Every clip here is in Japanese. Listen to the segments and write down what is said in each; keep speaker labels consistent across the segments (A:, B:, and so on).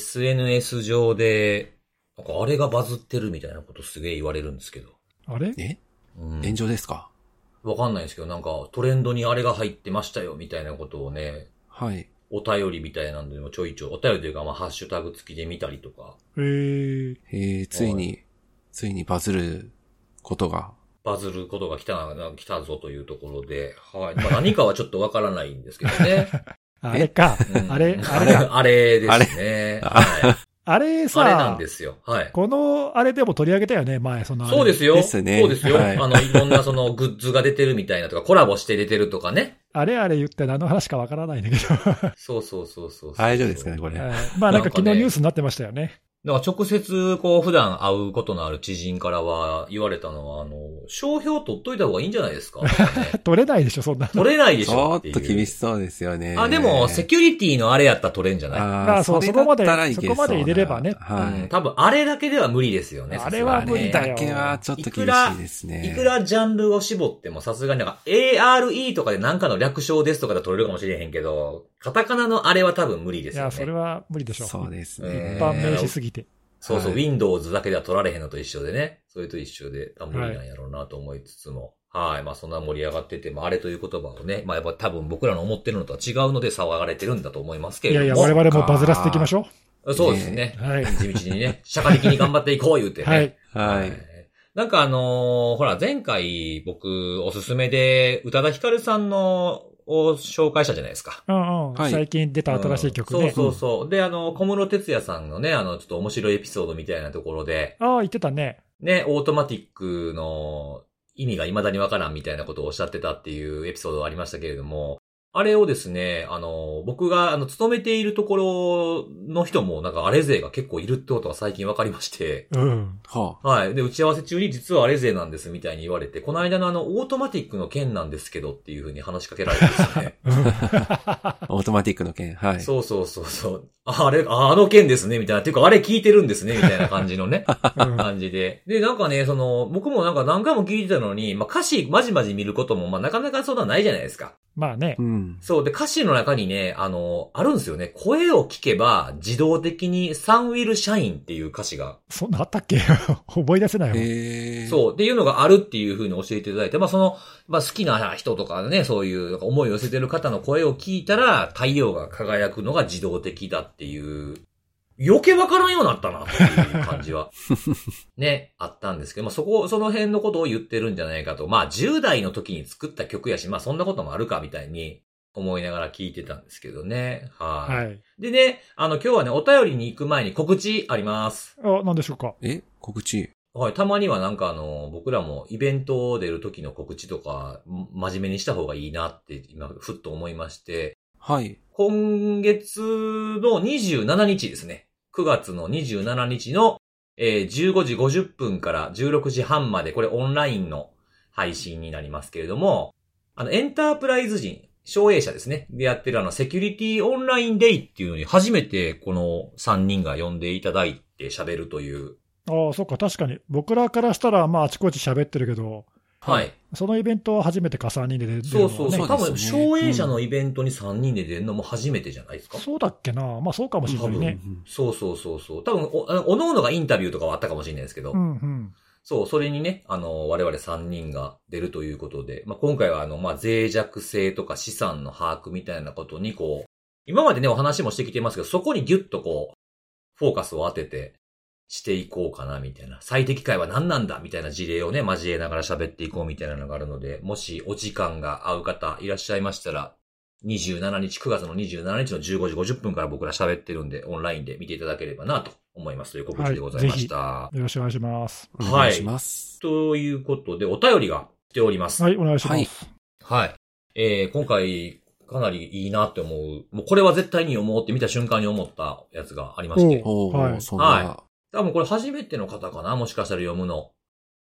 A: SNS 上で、なんかあれがバズってるみたいなことすげえ言われるんですけど。
B: あれ
C: え
A: うん
C: 炎上ですか、
A: わかんないですけど、なんかトレンドにあれが入ってましたよみたいなことをね、
C: はい。
A: お便りみたいなんでもちょいちょい、お便りというかまあハッシュタグ付きで見たりとか、
B: えー、
C: えー、ついに、ついにバズることが。
A: バズることが来たな、来たぞというところで、はい。まあ何かはちょっとわからないんですけどね。
B: あれか。
A: うん
B: あれ、あれ か。
A: あれですね。
C: あ
A: はい
B: あれ
A: あれな
B: さ
A: ん、ですよ。はい。
B: このあれでも取り上げたよね、前、そのあれ。
A: そうですよ。
C: ですね
A: そうですよ。
C: はい
A: あの、いろんなそのグッズが出てるみたいなとか、コラボして出てるとかね。
B: あれあれ言って何の話かわからないんだけど。
A: そうそうそうそうそう。
C: 大丈夫ですかね、これ。
B: え
C: は
B: ーまあなんか
A: な
B: 昨
A: んか
B: 日
A: ね
B: ニュースになってましたよね。
A: だから直接、こう、普段会うことのある知人からは言われたのは、あの、商標取っといた方がいいんじゃないですか、ね、
B: 取れないでしょ、そんなの。
A: 取れないでし
C: ちょ
A: ょ
C: っ
A: っていう。
C: と厳しそうですよね。
A: あ、でも、セキュリティのあれやったら取れんじゃない、
C: あー
B: まあそう
C: れだったらいけう
B: そこ
C: な
B: まで入れればね
C: は
A: うん
C: い。
A: 多分、あれだけでは無理ですよね。
B: あれ
A: さ
B: は
A: す
B: 無
A: がにね
B: 理だよ
C: だけはちょっと厳しいですね。
A: いくらジャンルを絞っても、さすがになんか、ARE とかでなんかの略称ですとかで取れるかもしれへんけど、カタカナのあれは多分無理で
B: い
A: すよね。
B: や、それは無理でしょ。
C: そうです
A: え
C: ね。
B: 一般名詞すぎて。
A: そうそう、
C: はい
A: Windows だけでは取られへんのと一緒でね。それと一緒で、あ、無理なんやろうなと思いつつも。はい。まあ、そんな盛り上がってて、まあ、あれという言葉をね、まあ、やっぱ多分僕らの思ってるのとは違うので騒がれてるんだと思いますけ
B: い
A: れど
B: や
A: も。
B: いや、我々もバズらせていきましょ
A: そうですね。
B: はい
A: 地道に ね、社会的に頑張っていこう言うてね。
B: う。はい。
C: は
A: はい
C: い。
A: なんかあのーほら、前回僕、おすすめで、宇多田ヒカルさんの、を紹介したじゃないですか。
B: うんうん。
C: はい
B: 最近出た新しい曲
A: うん
B: ね。
A: そうそうそう。で、あの、小室哲也さんのね、あの、ちょっと面白いエピソードみたいなところで、
B: ああ、言ってたね。
A: ね、オートマティックの意味が未だにわからんみたいなことをおっしゃってたっていうエピソードがありましたけれども、あれをですね、あの、僕が、あの、勤めているところの人も、なんか、アレ勢が結構いるってことが最近わかりまして、
B: うん。
C: は
A: はい。で、打ち合わせ中に実はアレ勢なんですみたいに言われて、この間のあの、オートマティックの件なんですけどっていうふうに話しかけられてですね。
C: あオートマティックの件。 はい。
A: そうそうそうそう。ああれ、ああの件ですね、みたいな。ていうか、あれ聞いてるんですね、みたいな感じのね。
B: う ん
A: 感じで。で、なんかね、その、僕もなんか何回も聞いてたのに、まあ歌詞まじまじ見ることも、まあなかなかそんなないじゃないですか。
B: まあね
C: う。ん。
A: そう。で、歌詞の中にね、あの、あるんですよね。声を聞けば自動的にサンウィル社員っていう歌詞が、
B: そんなあったっけ 思い出せないわ。
C: えー、う。
A: そう。っていうのがあるっていうふうに教えていただいて、まあその、まあ好きな人とかね、そういうなんか思いを寄せてる方の声を聞いたら、太陽が輝くのが自動的だっていう、余計わからんようになったなっていう感じ は、ね、あったんですけど、まあそこ、その辺のことを言ってるんじゃないかと、まあ10代の時に作った曲やし、まあそんなこともあるかみたいに思いながら聞いてたんですけどね。はい。
B: はい。
A: でね、あの今日はね、お便りに行く前に告知あります。
B: あ、なんでしょうか。
C: え告知
A: はい、たまにはなんかあの、僕らもイベントを出る時の告知とか、ん真面目にした方がいいなって今、ふっと思いまして、
C: はい。
A: 今月の27日ですね。9月の27日の、えー15時50分から16時半まで、これオンラインの配信になりますけれども、あの、エンタープライズ人、商営者ですね。でやってるあの、セキュリティオンラインデイっていうのに初めてこの3人が呼んでいただいて喋るという。
B: ああ、そっか、確かに。僕らからしたら、まあ、あちこち喋ってるけど、
A: はい。
B: そのイベントは初めてか3人で出るの
A: そ
B: は
A: う
B: ね
A: そうそう。
C: そ
A: 多
C: う
A: 分、
C: ですよね
A: 障害者のイベントに3人で出るのも初めてじゃないですか。
B: そうだっけな。まあ、そうかもしれない
C: うんう
B: ね。
C: ん
A: そうそうそうそう。多分お、あのおのおのがインタビューとかはあったかもしれないですけど、
B: うんうん。
A: そう、それにね、あの、我々3人が出るということで、まあ、今回はあの、まあ、脆弱性とか資産の把握みたいなことにこう、今までね、お話もしてきてますけど、そこにギュッとこう、フォーカスを当てて、していこうかな、みたいな。最適解は何なんだみたいな事例をね、交えながら喋っていこうみたいなのがあるので、もしお時間が合う方いらっしゃいましたら、27日、9月の27日の15時50分から僕ら喋ってるんで、オンラインで見ていただければなと思いますという告知でございました。
B: よろしくお願いします。
C: お願いします。
A: ということで、お便りが来ております。は。
B: はいい、お願いします。
C: はい
A: えー、今回、かなりいいなって思う。もうこれは絶対に読もうって見た瞬間に思ったやつがありまして。
C: おお、
B: はい
C: そんな、
A: は多分これ初めての方かなもしかしたら読むの。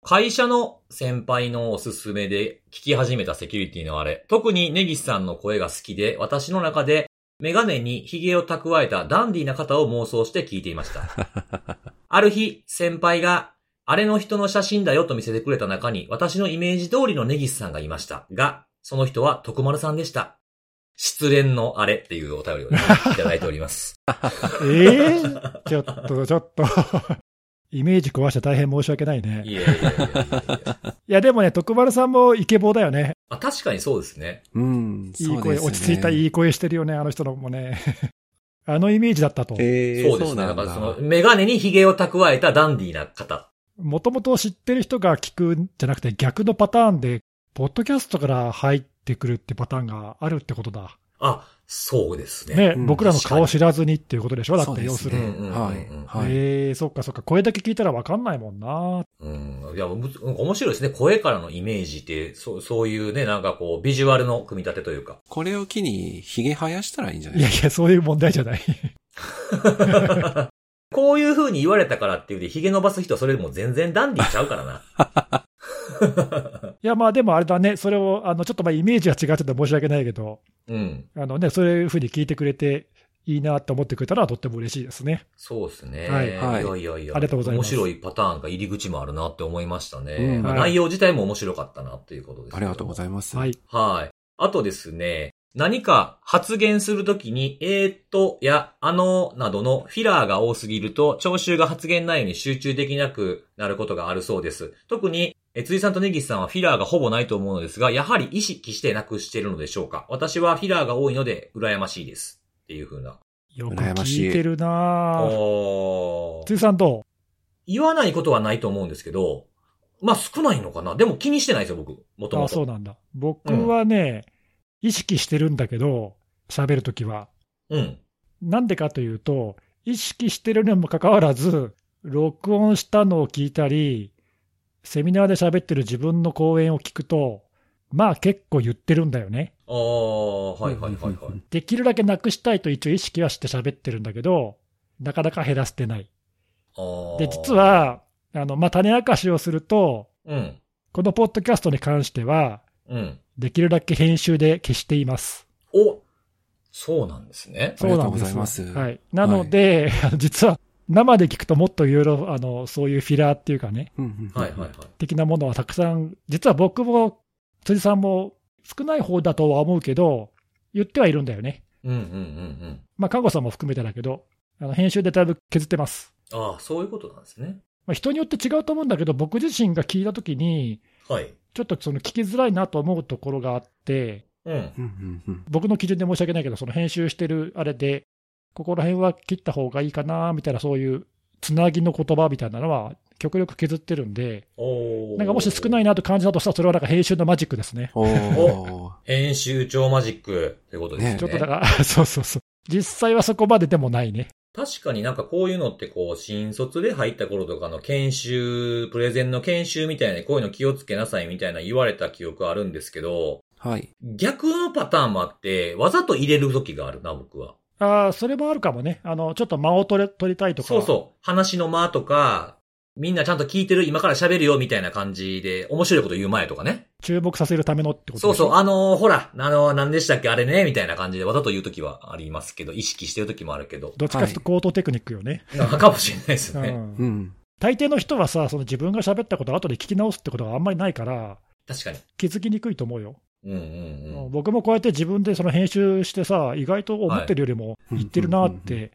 A: 会社の先輩のおすすめで聞き始めたセキュリティのあれ。特にネギスさんの声が好きで、私の中でメガネに髭を蓄えたダンディーな方を妄想して聞いていました。ある日、先輩が、あれの人の写真だよと見せてくれた中に、私のイメージ通りのネギスさんがいました。が、その人は徳丸さんでした。失恋のあれっていうお便りをね、いただいております。
B: ええちょっと、ちょっと。 イメージ壊して大変申し訳ないね。
A: いえいえいえいえいえ。
B: いや、でもね、徳丸さんもイケボーだよね。
A: あ、確かにそうですね。
C: うん、
B: いい
C: そう
B: 声、
C: ですね
B: 落ち着いたいい声してるよね、あの人のもね。 あのイメージだったと。
C: えー
A: そうですね。
C: な
A: だ
C: ん
A: からその、メガネにヒゲを蓄えたダンディーな方。
B: もともと知ってる人が聞くんじゃなくて逆のパターンで、ポッドキャストから入ってくるってパターンがあるってことだ。
A: あ、そうですね。
B: ね、
C: うん
B: 僕らの顔知らずにっていうことでしょだって、要す
C: そう
B: る
C: で
B: に。
A: ね
C: す
A: うんう
C: ね。
A: ん
C: は
A: うん
C: い。はい。
B: ええそっかそっか。声だけ聞いたらわかんないもんな。
A: うん。いや、むずなんか面白いですね。声からのイメージって、そう、そういうね、なんかこう、ビジュアルの組み立てというか。
C: これを機に、髭生やしたらいいんじゃない
B: いやいや、そういう問題じゃ ない。
A: こういう風に言われたからっていうで、ヒゲ伸ばす人はそれでも全然ダンディーちゃうからな。
B: いや、まあでもあれだね、それを、あの、ちょっとまあイメージは違っちゃって申し訳ないけど、
A: うん。
B: あのね、そういうふうに聞いてくれていいなと思ってくれたらとっても嬉しいですね。
A: そうですね。
B: はい
C: はい
A: いやいやいや。
B: ありがとうございます
A: 面白いパターンが入り口もあるなって思いましたね。
C: うん
A: まあ
B: はい
A: 内容自体も面白かったなっていうことです。
C: ありがとうござ
A: い
C: います。
B: はい。
A: ます。はい。あとですね、何か発言するときに、えーっと、や、あの、などのフィラーが多すぎると、聴衆が発言内容に集中できなくなることがあるそうです。特に、え辻さんと根岸さんはフィラーがほぼないと思うのですが、やはり意識してなくしているのでしょうか私はフィラーが多いので、羨ましいです。っていう風な。
B: よく
C: 羨まし
B: 聞
C: い
B: いてるな
A: おー
B: ついさんど
A: 言わないことはないと思うんですけど、まあ少ないのかな。でも気にしてないですよ、僕。もと
B: う
A: も
B: あ、そう
A: と。
B: なんだ。僕はね、意識してるんだけど、喋るときは。
A: うん。
B: なんでかというと、意識してるにもかかわらず、録音したのを聞いたり、セミナーで喋ってる自分の講演を聞くと、まあ結構言ってるんだよね。
A: ああ、はいはいはいはい。
B: できるだけなくしたいと一応意識はして喋ってるんだけど、なかなか減らせてない。
A: あー
B: で、実、は、あの、まあ、種明かしをすると、
A: うん、
B: このポッドキャストに関しては、
A: うん。
B: できるだけ編集で消しています。
A: お、そうなんですね。
C: ありがとうご
B: で
C: ざいます
B: はい。なので、あの 実は、生で聞くともっといろいろ、あの、そういうフィラーっていうかね、
C: うんうん
A: はいはいはい。
B: 的なものはたくさん、実は僕も、辻さんも少ない方だとは思うけど、言ってはいるんだよね。
A: うんうんうんうん。
B: まあ、看護さんも含めてだけど、あの編集でだいぶ削ってます。
A: ああ、そういうことなんですね。
B: まあ、人によって違うと思うんだけど、僕自身が聞いたときに、
A: はい。
B: ちょっとその聞きづらいなと思うところがあって、
A: うん。
C: うんうんうん
B: 僕の基準で申し訳ないけど、その編集してるあれで、ここら辺は切った方がいいかなみたいな、そういうつなぎの言葉みたいなのは、極力削ってるんで、
A: おー
B: なんかもし少ないなと感じたとしたら、それはなんか編集のマジックですね。
C: おー。
A: 編集長マジックってことですね。
C: ね
B: ちょっとだから、そうそうそう。実際はそこまででもないね。
A: 確かになんかこういうのってこう、新卒で入った頃とかの研修、プレゼンの研修みたいな、こういうの気をつけなさいみたいな言われた記憶あるんですけど、
C: はい。
A: 逆のパターンもあって、わざと入れる時があるな、僕は。
B: ああ、それもあるかもね。あの、ちょっと間を取れ取りたいとか。
A: そうそう。話の間とか、みんなちゃんと聞いてる、今から喋るよ、みたいな感じで、面白いこと言う前とかね。
B: 注目させるためのってこと
A: そうそう、
B: う。
A: あのーほら、あのー何でしたっけ、あれね、みたいな感じで、わざと言う時はありますけど、意識してる時もあるけど、
B: どっちかというと高等テクニックよね。
A: なんか かもしれないです
B: う
A: ね。
B: ん
C: うん。
B: 大抵の人はさ、その自分が喋ったことを後で聞き直すってことがあんまりないから、
A: 確かに。
B: 気づきにくいと思うよ。
A: うんうんうん。
B: 僕もこうやって自分でその編集してさ、意外と思ってるよりも言ってるなっ
C: うん
B: て、
A: うんうん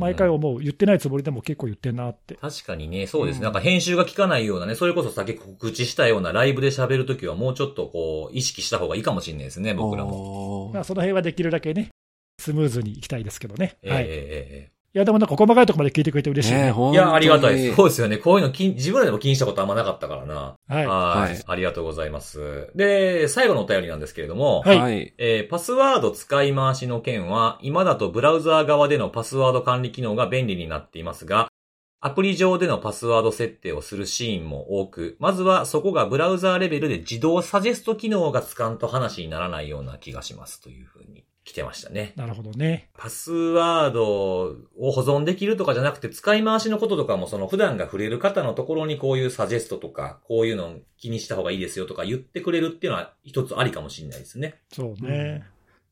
B: 毎回思う、言ってないつもりでも結構言ってんなって。
A: 確かにね、そうですね。
B: うん
A: なんか編集が効かないようなね、それこそ先告知したようなライブで喋るときはもうちょっとこう、意識した方がいいかもしれないですね、僕らも。
C: お
B: まあ、
C: ー
B: その辺はできるだけね、スムーズにいきたいですけどね。
A: ええ
B: はい、い
A: え
B: や、でもなんか細かいところまで聞いてくれて嬉しいね。
C: ね
A: え
C: ほん
A: い
C: とに
A: や、ありがたいです。そうですよね。こういうの気に自分らでも気にしたことあんまなかったからな。
B: はい。あ
A: はい、
C: はい
A: ありがとうございます。で、最後のお便りなんですけれども、
B: はい
C: はい。
A: えーパスワード使い回しの件は、今だとブラウザー側でのパスワード管理機能が便利になっていますが、アプリ上でのパスワード設定をするシーンも多く、まずはそこがブラウザーレベルで自動サジェスト機能がつかんと話にならないような気がしますというふうに来てましたね。
B: なるほどね。
A: パスワードを保存できるとかじゃなくて、使い回しのこととかも、その普段が触れる方のところにこういうサジェストとか、こういうの気にした方がいいですよとか言ってくれるっていうのは一つありかもしれないですね。
B: そうね。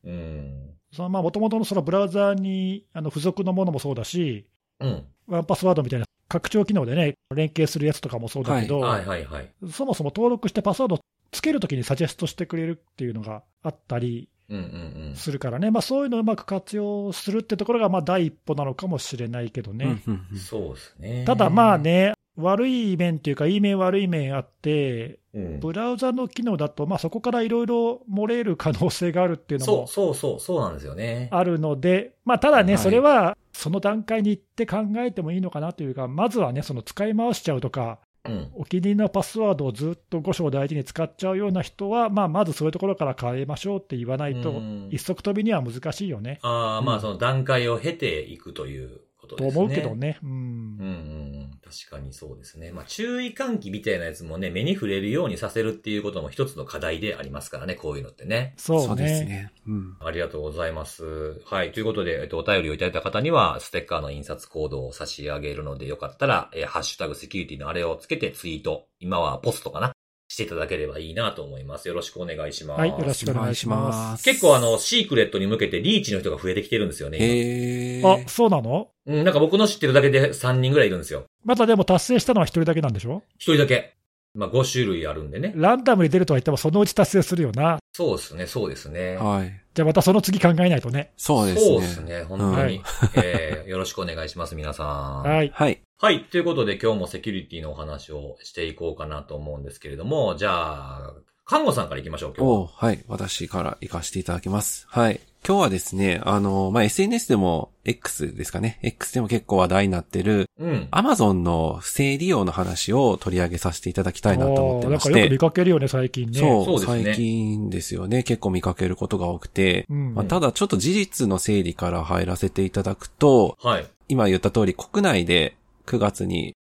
A: うん。
B: そのまあ、もともとのそのブラウザーにあの付属のものもそうだし、
A: うん。
B: ワンパスワードみたいな拡張機能でね、連携するやつとかもそうだけど、
A: はいはいはい。
B: そもそも登録してパスワードつけるときにサジェストしてくれるっていうのがあったり、
A: うんうん
B: するからね、まあ、そういうのをうまく活用するってところが、まあ、第一歩なのかもしれないけどね。
C: うんうんう
A: うん。
C: ん
A: そうですね。
B: ただまあ、ね、悪い面というか、いい面、悪い面あって、
A: うん、
B: ブラウザの機能だと、まあ、そこからいろいろ漏れる可能性があるっていうの
A: そう
B: も
A: そうそう、そうなんですよね。
B: あるので、まあ、ただね、
C: はい
B: それはその段階に行って考えてもいいのかなというか、まずはね、その使い回しちゃうとか、
A: うん。
B: お気に入りのパスワードをずっと5章大事に使っちゃうような人は、まあ、まずそういうところから変えましょうって言わないと、
A: うん
B: 一足飛びには難しいよね。
A: ああ、まあその段階を経ていくということ
B: と
A: ですね。
B: 思うけどね。う
A: うん
B: ん
A: うんうん。確かにそうですね。まあ注意喚起みたいなやつもね、目に触れるようにさせるっていうことも一つの課題でありますからね、こういうのってね。
B: そう
C: です
B: ね。
C: ね。うん。
A: ありがとうございます。はい。ということで、えっと、お便りをいただいた方には、ステッカーの印刷コードを差し上げるので、よかったら、えーハッシュタグセキュリティのあれをつけてツイート、今はポストかなしていただければいいなと思います。よろしくお願いします。
B: はいよろしくお願いします
A: 結構あの、シークレットに向けてリーチの人が増えてきてるんですよね。
C: へえ。
B: あ、そうなの
A: うん、なんか僕の知ってるだけで3人ぐらいいるんですよ。
B: またでも達成したのは一人だけなんでしょ
A: 一人だけ。まあ5種類あるんでね。
B: ランダムに出るとは言っても、そのうち達成するよな。
A: そうですね、そうですね。
C: はい。
B: じゃあまたその次考えないとね。
C: そうですね。
A: そうですね、本当に。
B: はい
A: えーよろしくお願いします、皆さん。
B: はい。
C: はい。
A: はい。ということで今日もセキュリティのお話をしていこうかなと思うんですけれども、じゃあ、看護さんから行きましょう、今日は。
C: おうはい。私から行かせていただきます。はい。今日はですね、あの、まあ、SNS でも、X ですかね。X でも結構話題になってる、
A: うん。
C: Amazon の不正利用の話を取り上げさせていただきたいなと思って
B: おーな
C: ま
B: ん
C: し
B: かよく見
C: て。
B: かけるよね、最近ね。
C: そう
A: そうですね
C: 最近ですよね。結構見かけることが多くて。
B: うん。
C: まあ、ただちょっと事実の整理から入らせていただくと、
A: はい。
C: 今言った通り国内で9月に、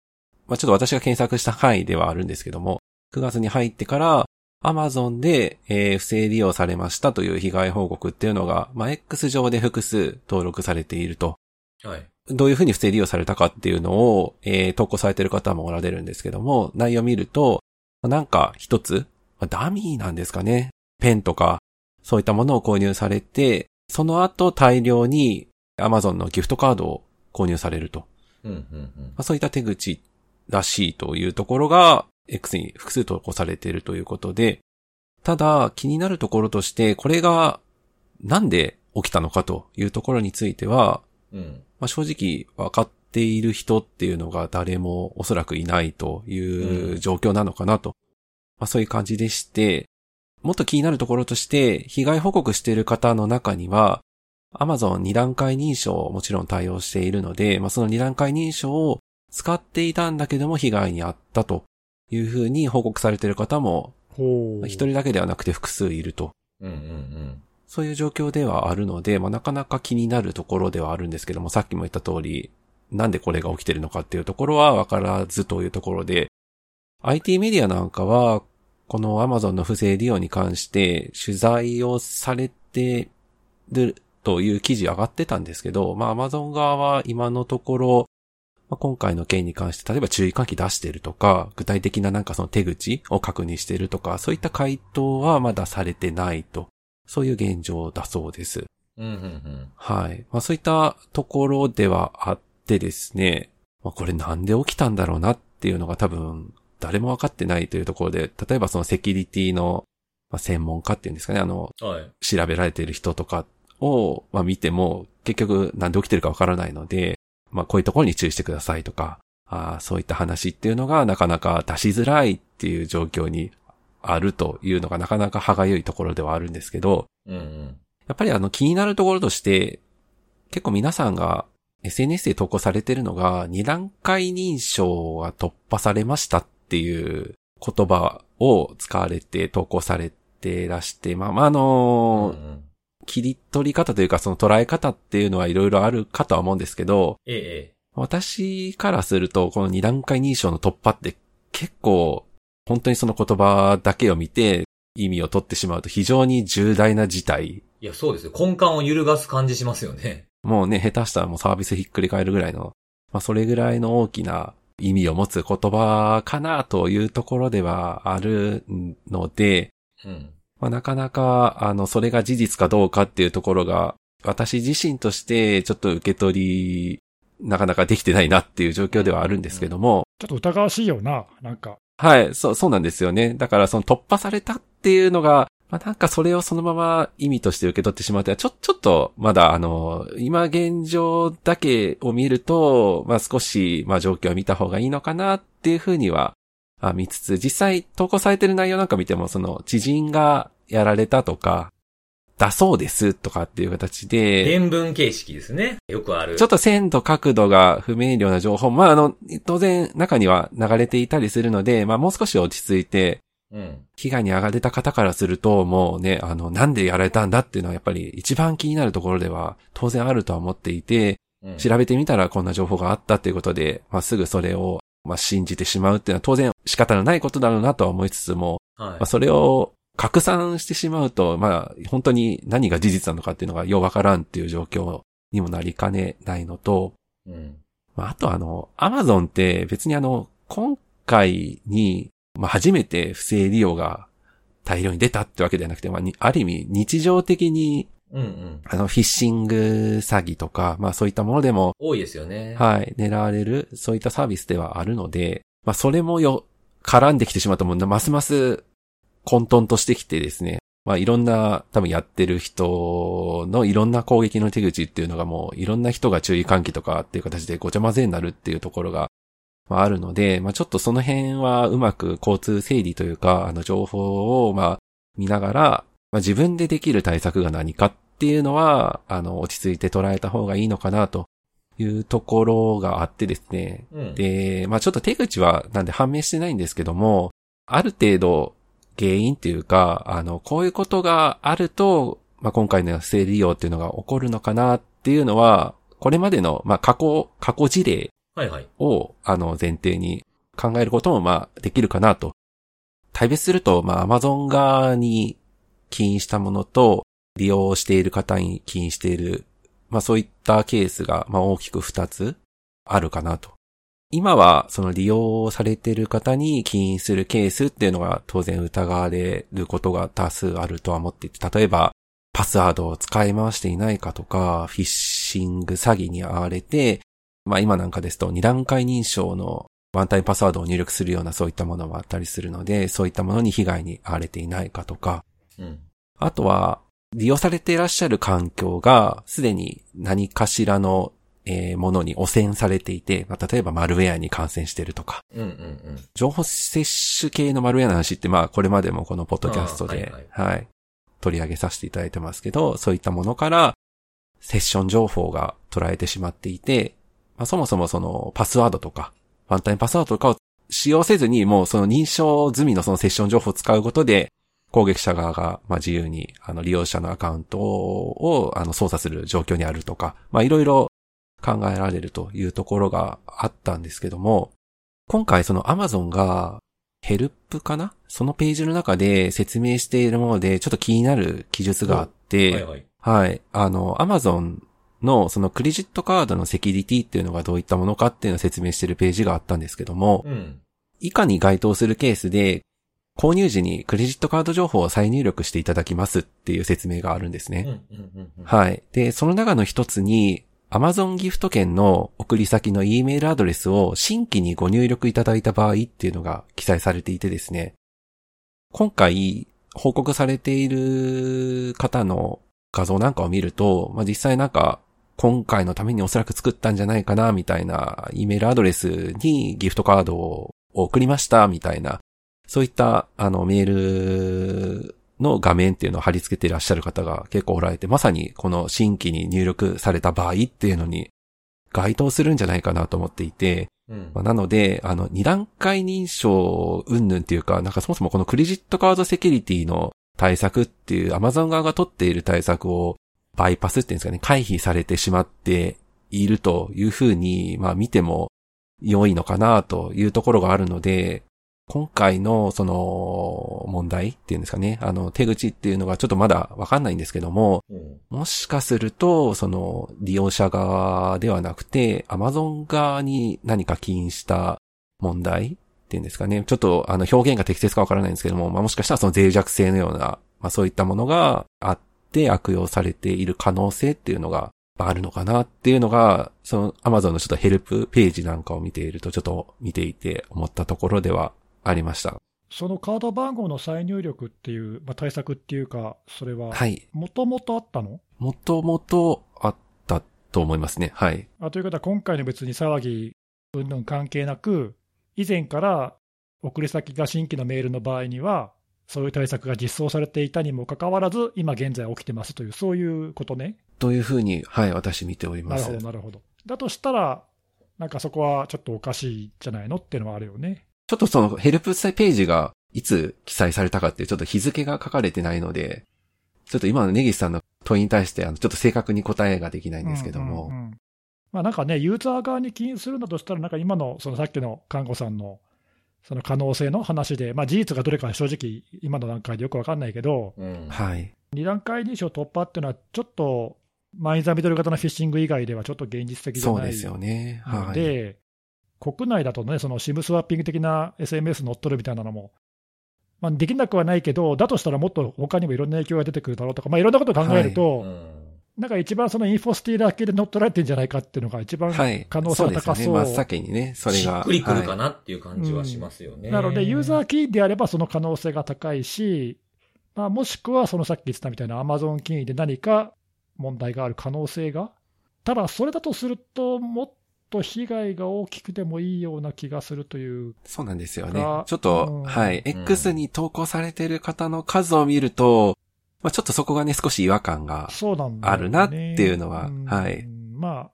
C: まあ、ちょっと私が検索した範囲ではあるんですけども、9月に入ってから、Amazon で、えー不正利用されましたという被害報告っていうのが、まあ、X 上で複数登録されていると。
A: はい。
C: どういうふうに不正利用されたかっていうのを、えー投稿されている方もおられるんですけども、内容を見ると、まあなんか一つ、まあダミーなんですかね。ペンとか、そういったものを購入されて、その後大量に Amazon のギフトカードを購入されると。
A: うん、うん
C: ま、あ、そういった手口らしいというところが X に複数投稿されているということで、ただ気になるところとして、これがなんで起きたのかというところについては、
A: うん。うん。
C: まあ、正直分かっている人っていうのが誰もおそらくいないという状況なのかなと。まあ、そういう感じでして、もっと気になるところとして、被害報告している方の中には、Amazon 二段階認証をもちろん対応しているので、まあ、その二段階認証を使っていたんだけども被害に遭ったというふうに報告されている方も、
B: ほう。
C: 一人だけではなくて複数いると。
A: うん、うん、
C: そういう状況ではあるので、まあ、なかなか気になるところではあるんですけども、さっきも言った通り、なんでこれが起きてるのかっていうところはわからずというところで、IT メディアなんかは、この Amazon の不正利用に関して取材をされてるという記事上がってたんですけど、まあ Amazon 側は今のところ、まあ、今回の件に関して例えば注意喚起出してるとか、具体的ななんかその手口を確認してるとか、そういった回答はまだされてないと。そういう現状だそうです。
A: うん。うん、うん、
C: はい。まあそういったところではあってですね、まあこれなんで起きたんだろうなっていうのが多分誰もわかってないというところで、例えばそのセキュリティのまあ専門家っていうんですかね、あの、
A: うん。はい。
C: 調べられている人とかを、まあ、見ても、結局なんで起きてるかわからないので、まあ、こういうところに注意してくださいとか、あーそういった話っていうのがなかなか出しづらいっていう状況にあるというのがなかなか歯がゆいところではあるんですけど、
A: うん、うん。
C: やっぱりあの気になるところとして、結構皆さんが SNS で投稿されてるのが、二段階認証が突破されましたっていう言葉を使われて投稿されてらして、まあ、まあ、あ
A: うん
C: の
A: う
C: ー
A: ん
C: 切り取り方というかその捉え方っていうのはいろいろあるかとは思うんですけど、
A: ええ、え
C: 私からするとこの二段階認証の突破って結構本当にその言葉だけを見て意味を取ってしまうと非常に重大な事態。
A: え。いや、そうですよ。根幹を揺るがす感じしますよね。
C: もうね、下手したらもうサービスひっくり返るぐらいの、まあそれぐらいの大きな意味を持つ言葉かなというところではあるので、
A: うん。
C: まあ、なかなか、あの、それが事実かどうかっていうところが、私自身として、ちょっと受け取り、なかなかできてないなっていう状況ではあるんですけども、
B: ちょっと疑わしいよな、なんか。
C: はい、そう、そうなんですよね。だから、その突破されたっていうのが、まあなんかそれをそのまま意味として受け取ってしまうというのは、ちょ、ちょっとまだあの、今現状だけを見ると、まあ少し、まあ状況を見た方がいいのかなっていうふうには、あ見つつ、実際投稿されてる内容なんか見ても、その知人がやられたとか、だそうですとかっていう形で、
A: 伝文形式ですね。よくある。
C: ちょっと鮮度、角度が不明瞭な情報、まあ、あの、当然中には流れていたりするので、まあ、もう少し落ち着いて、
A: うん。
C: 被害に上がれた方からすると、もうね、あの、なんでやられたんだっていうのはやっぱり一番気になるところでは当然あるとは思っていて、
A: うん。
C: 調べてみたらこんな情報があったということで、まあ、すぐそれを、まあ、信じてしまうっていうのは当然仕方のないことだろうなとは思いつつも、
A: はい
C: まあ、。それを拡散してしまうと、まあ、本当に何が事実なのかっていうのがようわからんっていう状況にもなりかねないのと、
A: うん。
C: まあ、あとあの、アマゾンって別にあの、今回に、まあ、初めて不正利用が大量に出たってわけではなくて、まあ、にある意味日常的に、
A: うんうん。
C: あの、フィッシング詐欺とか、まあ、そういったものでも、
A: 多いですよね。
C: はい、狙われる、そういったサービスではあるので、まあ、それもよ、絡んできてしまうと、もう、ますます混沌としてきてですね、まあ、いろんな、多分やってる人のいろんな攻撃の手口っていうのがもう、いろんな人が注意喚起とかっていう形でごちゃ混ぜになるっていうところが、まあ、あるので、まあ、ちょっとその辺はうまく交通整理というか、あの、情報を、まあ、見ながら、まあ、自分でできる対策が何かっていうのは、あの、落ち着いて捉えた方がいいのかなというところがあってですね、
A: うん。
C: で、まあちょっと手口はなんで判明してないんですけども、ある程度原因っていうか、あの、こういうことがあると、まあ今回の不正利用っていうのが起こるのかなっていうのは、これまでの、まあ過去、過去事例
A: はいはい。
C: を、あの、前提に考えることも、まあ、できるかなと。対別すると、まあ、Amazon 側に起因したものと、利用している方に起因している、まあ、そういったケースが、まあ、大きく2つあるかなと。今は、その利用されている方に起因するケースっていうのが当然疑われることが多数あるとは思っていて、例えば、パスワードを使い回していないかとか、フィッシング詐欺に遭われて、まあ今なんかですと二段階認証のワンタイムパスワードを入力するようなそういったものもあったりするので、そういったものに被害に遭われていないかとか、
A: うん。
C: あとは利用されていらっしゃる環境がすでに何かしらのえーものに汚染されていて、まあ例えばマルウェアに感染してるとか、
A: うんうんうん。
C: 情報摂取系のマルウェアの話って、まあ、これまでもこのポッドキャストで、
A: あー
C: はい、取り上げさせていただいてますけど、そういったものから、セッション情報が捉えてしまっていて、まあ、そもそもその、パスワードとか、ワンタイムパスワードとかを使用せずに、もうその認証済みのそのセッション情報を使うことで、攻撃者側が、まあ、自由に、あの、利用者のアカウントを、あの、操作する状況にあるとか、まあ、いろいろ考えられるというところがあったんですけども、今回その Amazon がヘルプかなそのページの中で説明しているもので、ちょっと気になる記述があって、
A: はいはい。
C: はい。あの、アマゾンのそのクレジットカードのセキュリティっていうのがどういったものかっていうのを説明しているページがあったんですけども、
A: うん。
C: 以下に該当するケースで、購入時にクレジットカード情報を再入力していただきますっていう説明があるんです
A: う
C: ね
A: ん。うんうん。い。
C: はい。で、その中の一つに、Amazon ギフト券の送り先の E メールアドレスを新規にご入力いただいた場合っていうのが記載されていてですね。今回、報告されている方の画像なんかを見ると、まあ、実際なんか、今回のためにおそらく作ったんじゃないかな、みたいな、E メールアドレスにギフトカードを送りました、みたいな、そういった、あの、メールの画面っていうのを貼り付けていらっしゃる方が結構おられて、まさにこの新規に入力された場合っていうのに該当するんじゃないかなと思っていて、
A: うん
C: まあ、なので、あの、二段階認証云々っていうか、なんかそもそもこのクレジットカードセキュリティの対策っていう Amazon 側が取っている対策をバイパスっていうんですかね、回避されてしまっているというふうに、まあ見ても良いのかなというところがあるので、今回のその問題っていうんですかね、あの手口っていうのがちょっとまだわかんないんですけども、
A: うん
C: もしかすると、その、利用者側ではなくて、Amazon 側に何か起因した問題っていうんですかね。ちょっと、あの、表現が適切かわからないんですけども、まあ、もしかしたらその脆弱性のような、まあ、そういったものがあって悪用されている可能性っていうのが、まあ、あるのかなっていうのが、その Amazon のちょっとヘルプページなんかを見ていると、ちょっと見ていて思ったところではありました。
B: そのカード番号の再入力っていう、まあ、対策っていうか、それは、
C: はい。
B: もともとあったの
C: もともとあったと思いますね。はい。
B: あということは、今回の別に騒ぎ、うんぬん関係なく、以前から送り先が新規のメールの場合には、そういう対策が実装されていたにもかかわらず、今現在起きてますという、そういうことね。
C: というふうに、はい、私見ており
B: な
C: ま
B: る
C: す
B: ほど、。なるほど。だとしたら、なんかそこはちょっとおかしいじゃないのっていうのはあるよね。
C: ちょっとそのヘルプページがいつ記載されたかっていうちょっと日付が書かれてないので、ちょっと今の根岸さんの問いに対してあのちょっと正確に答えができないんですけど
B: うん
C: も、
B: うんうんまあ、なんかね、ユーザー側に起因するのとしたら、なんか今のそのさっきの看護さんのその可能性の話で、まあ、事実がどれかは正直、今の段階でよくわかんないけど、
A: うん。
C: はい。
B: 2段階認証突破っていうのは、ちょっとマイザミドル型のフィッシング以外ではちょっと現実的じゃ
C: そう
B: ない
C: ですよね。
B: の
C: はい。
B: で、国内だとね、その SIM スワッピング的な SMS 乗っ取るみたいなのも、まあ、できなくはないけど、だとしたらもっと他にもいろんな影響が出てくるだろうとか、まあ、いろんなことを考えると、
A: うん
B: なんか一番そのインフォスティーラー系で乗っ取られてるんじゃないかっていうのが一番
C: はい。
B: 可能性が高そう。
C: ですよね。真っ先にね、それ
A: し
C: が。
A: っくりくるか
C: はい
A: なっていう感じはしますよね。
B: なので、ユーザ
A: ー
B: ーキーであればその可能性が高いし、まあ、もしくはそのさっき言ってたみたいな Amazon キーで何か問題がある可能性が。ただ、それだとすると、もっと被害が大きくてもいいような気がするという、
C: そうなんですよね
B: が。
C: ちょっ
B: うん
C: と、はい。
A: ん
C: X に投稿されてる方の数を見ると、まあちょっとそこがね、少し違和感が。
B: そうなんだよね
C: あるなっていうのは
B: ん
C: はい
B: まあ、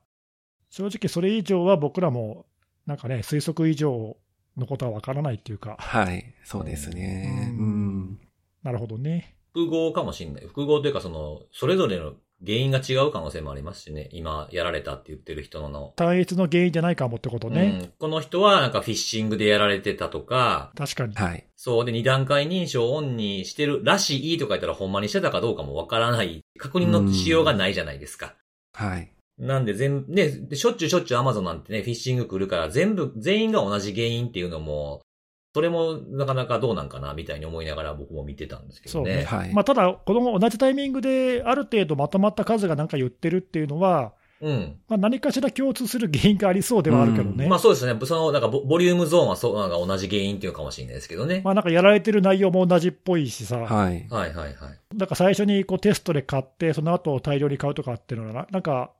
B: 正直それ以上は僕らも、なんかね、推測以上のことはわからないっていうか、
C: はい。そうですね。
B: う
C: うんん。
B: なるほどね。
A: 複合かもしれない。複合というか、その、それぞれの原因が違う可能性もありますしね。今、やられたって言ってる人の。
B: 単一の原因じゃないかもってことね。
A: うん、この人は、なんかフィッシングでやられてたとか、
B: 確かに。
C: はい。
A: そうで、二段階認証をオンにしてるらしいとか言ったら、ほんまにしてたかどうかもわからない。確認のしようがないじゃないですか。
C: はい。
A: なんで全、ね、でしょっちゅうしょっちゅう Amazon なんてね、フィッシング来るから、全部、全員が同じ原因っていうのも、それもなかなかどうなんかな、みたいに思いながら僕も見てたんですけ
B: そ
A: ど
B: うね。
A: ね。
C: はい
B: まあ、ただ、この同じタイミングで、ある程度まとまった数がなんか言ってるっていうのは、
A: うん。
B: まあ、何かしら共通する原因がありそうではあるけどね。
A: まあそうですね。その、なんかボ、ボリュームゾーンはそう、なんか同じ原因っていうのかもしれないですけどね。
B: まあ、なんかやられてる内容も同じっぽいしさ、
C: はい。
A: はいはいはい。
B: なんか最初にこうテストで買って、その後大量に買うとかっていうのはな、なんか、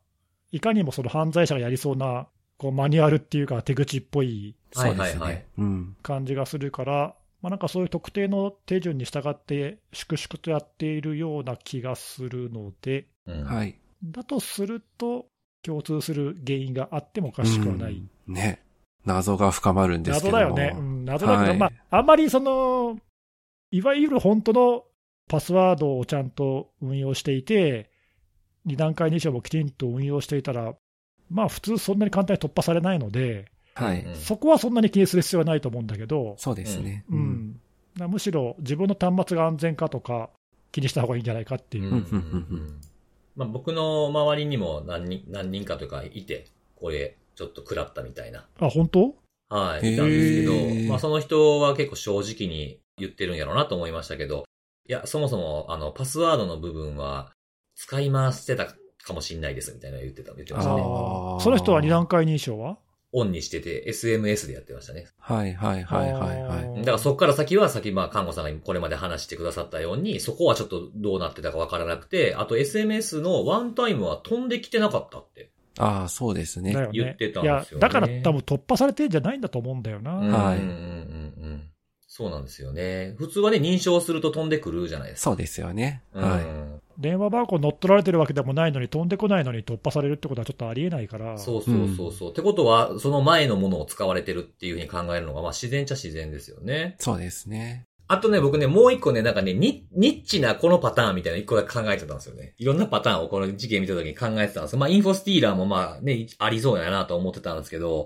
B: いかにもその犯罪者がやりそうなこうマニュアルっていうか、手口っぽい
C: そうで
A: はい
C: す
A: はいは
C: ね
A: い。
C: うん。
B: 感じがするから、まあ、なんかそういう特定の手順に従って、粛々とやっているような気がするので、
A: うん。
C: はい。
B: だとすると、共通する原因があってもおかしくはない。
C: うんね。謎が深まるんですけ
B: 謎
C: ども。
B: だよね。うん謎だけど、
C: はい
B: まあ、あんまりその、いわゆる本当のパスワードをちゃんと運用していて、二段階認証もきちんと運用していたら、まあ普通そんなに簡単に突破されないので、
C: は
A: う
C: い
A: ん。
B: そこはそんなに気にする必要はないと思うんだけど、
C: そうですね。
B: う。ん、だからむしろ自分の端末が安全かとか、気にした方がいいんじゃないかっていうう。
A: んうんうんまあ僕の周りにも何人何人かというかいて、これ、ちょっと食らったみたいな。
B: あ、本当
A: はい、
C: へー
A: いたんですけど、まあその人は結構正直に言ってるんやろうなと思いましたけど、いや、そもそも、あの、パスワードの部分は、使い回してたかもしんないです、みたいな言ってた、言ってましたね。
C: あー
B: その人は二段階認証は
A: オンにしてて、SMS でやってましたね。
C: はいはいはいはいはい。
A: だからそこから先は、先、まあ、看護さんがこれまで話してくださったように、そこはちょっとどうなってたかわからなくて、あと SMS のワンタイムは飛んできてなかったって。
C: ああ、そうですね
B: だ。よね、
A: 言ってたんですよね
B: いやだから多分突破されてんじゃないんだと思うんだよな。
A: うん
C: はい
A: うんうんうんうんそうなんですよね。普通はね、認証すると飛んでくるじゃないですか。
C: そうですよね。
A: うん
C: は
B: 電話番号乗っ取られてるわけでもないのに、飛んでこないのに突破されるってことはちょっとありえないから、
A: そうそうそうそう。ってことは、その前のものを使われてるっていうふうに考えるのが、まあ自然っちゃ自然ですよね。
C: い。そうですね。
A: あとね、僕ね、もう一個ね、なんかね、ニニッチなこのパターンみたいな一個だけ考えてたんですよね。いろんなパターンをこの事件見た時に考えてたんですまあ、インフォスティーラーもまあね、ありそうやなと思ってたんですけど、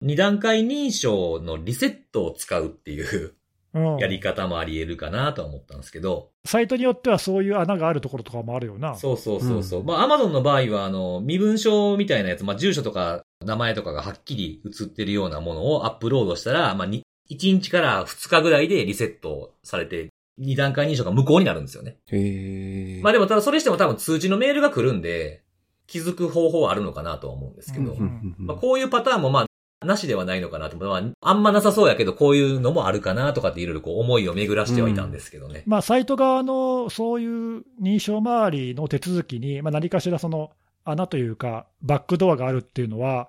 A: 二段階認証のリセットを使うっていう
B: うん
A: やり方もあり得るかなとは思ったんですけど、
B: サイトによってはそういう穴があるところとかもあるよな。
A: そうそうそうそう。
C: うん
A: まあ、アマゾンの場合は、あの、身分証みたいなやつ、まあ、住所とか名前とかがはっきり写ってるようなものをアップロードしたら、まあ、に1日から2日ぐらいでリセットされて、2段階認証が無効になるんですよね。
C: へえ。
A: まあでも、ただそれしても多分通知のメールが来るんで、気づく方法はあるのかなとは思うんですけど、
B: うんうん
A: まあこういうパターンもまあ、なしではないのかなと、まあ、あんまなさそうやけど、こういうのもあるかなとかっていろいろこう思いを巡らしてはいたんですけどね。
B: まあ、サイト側のそういう認証周りの手続きに、まあ、何かしらその穴というか、バックドアがあるっていうのは、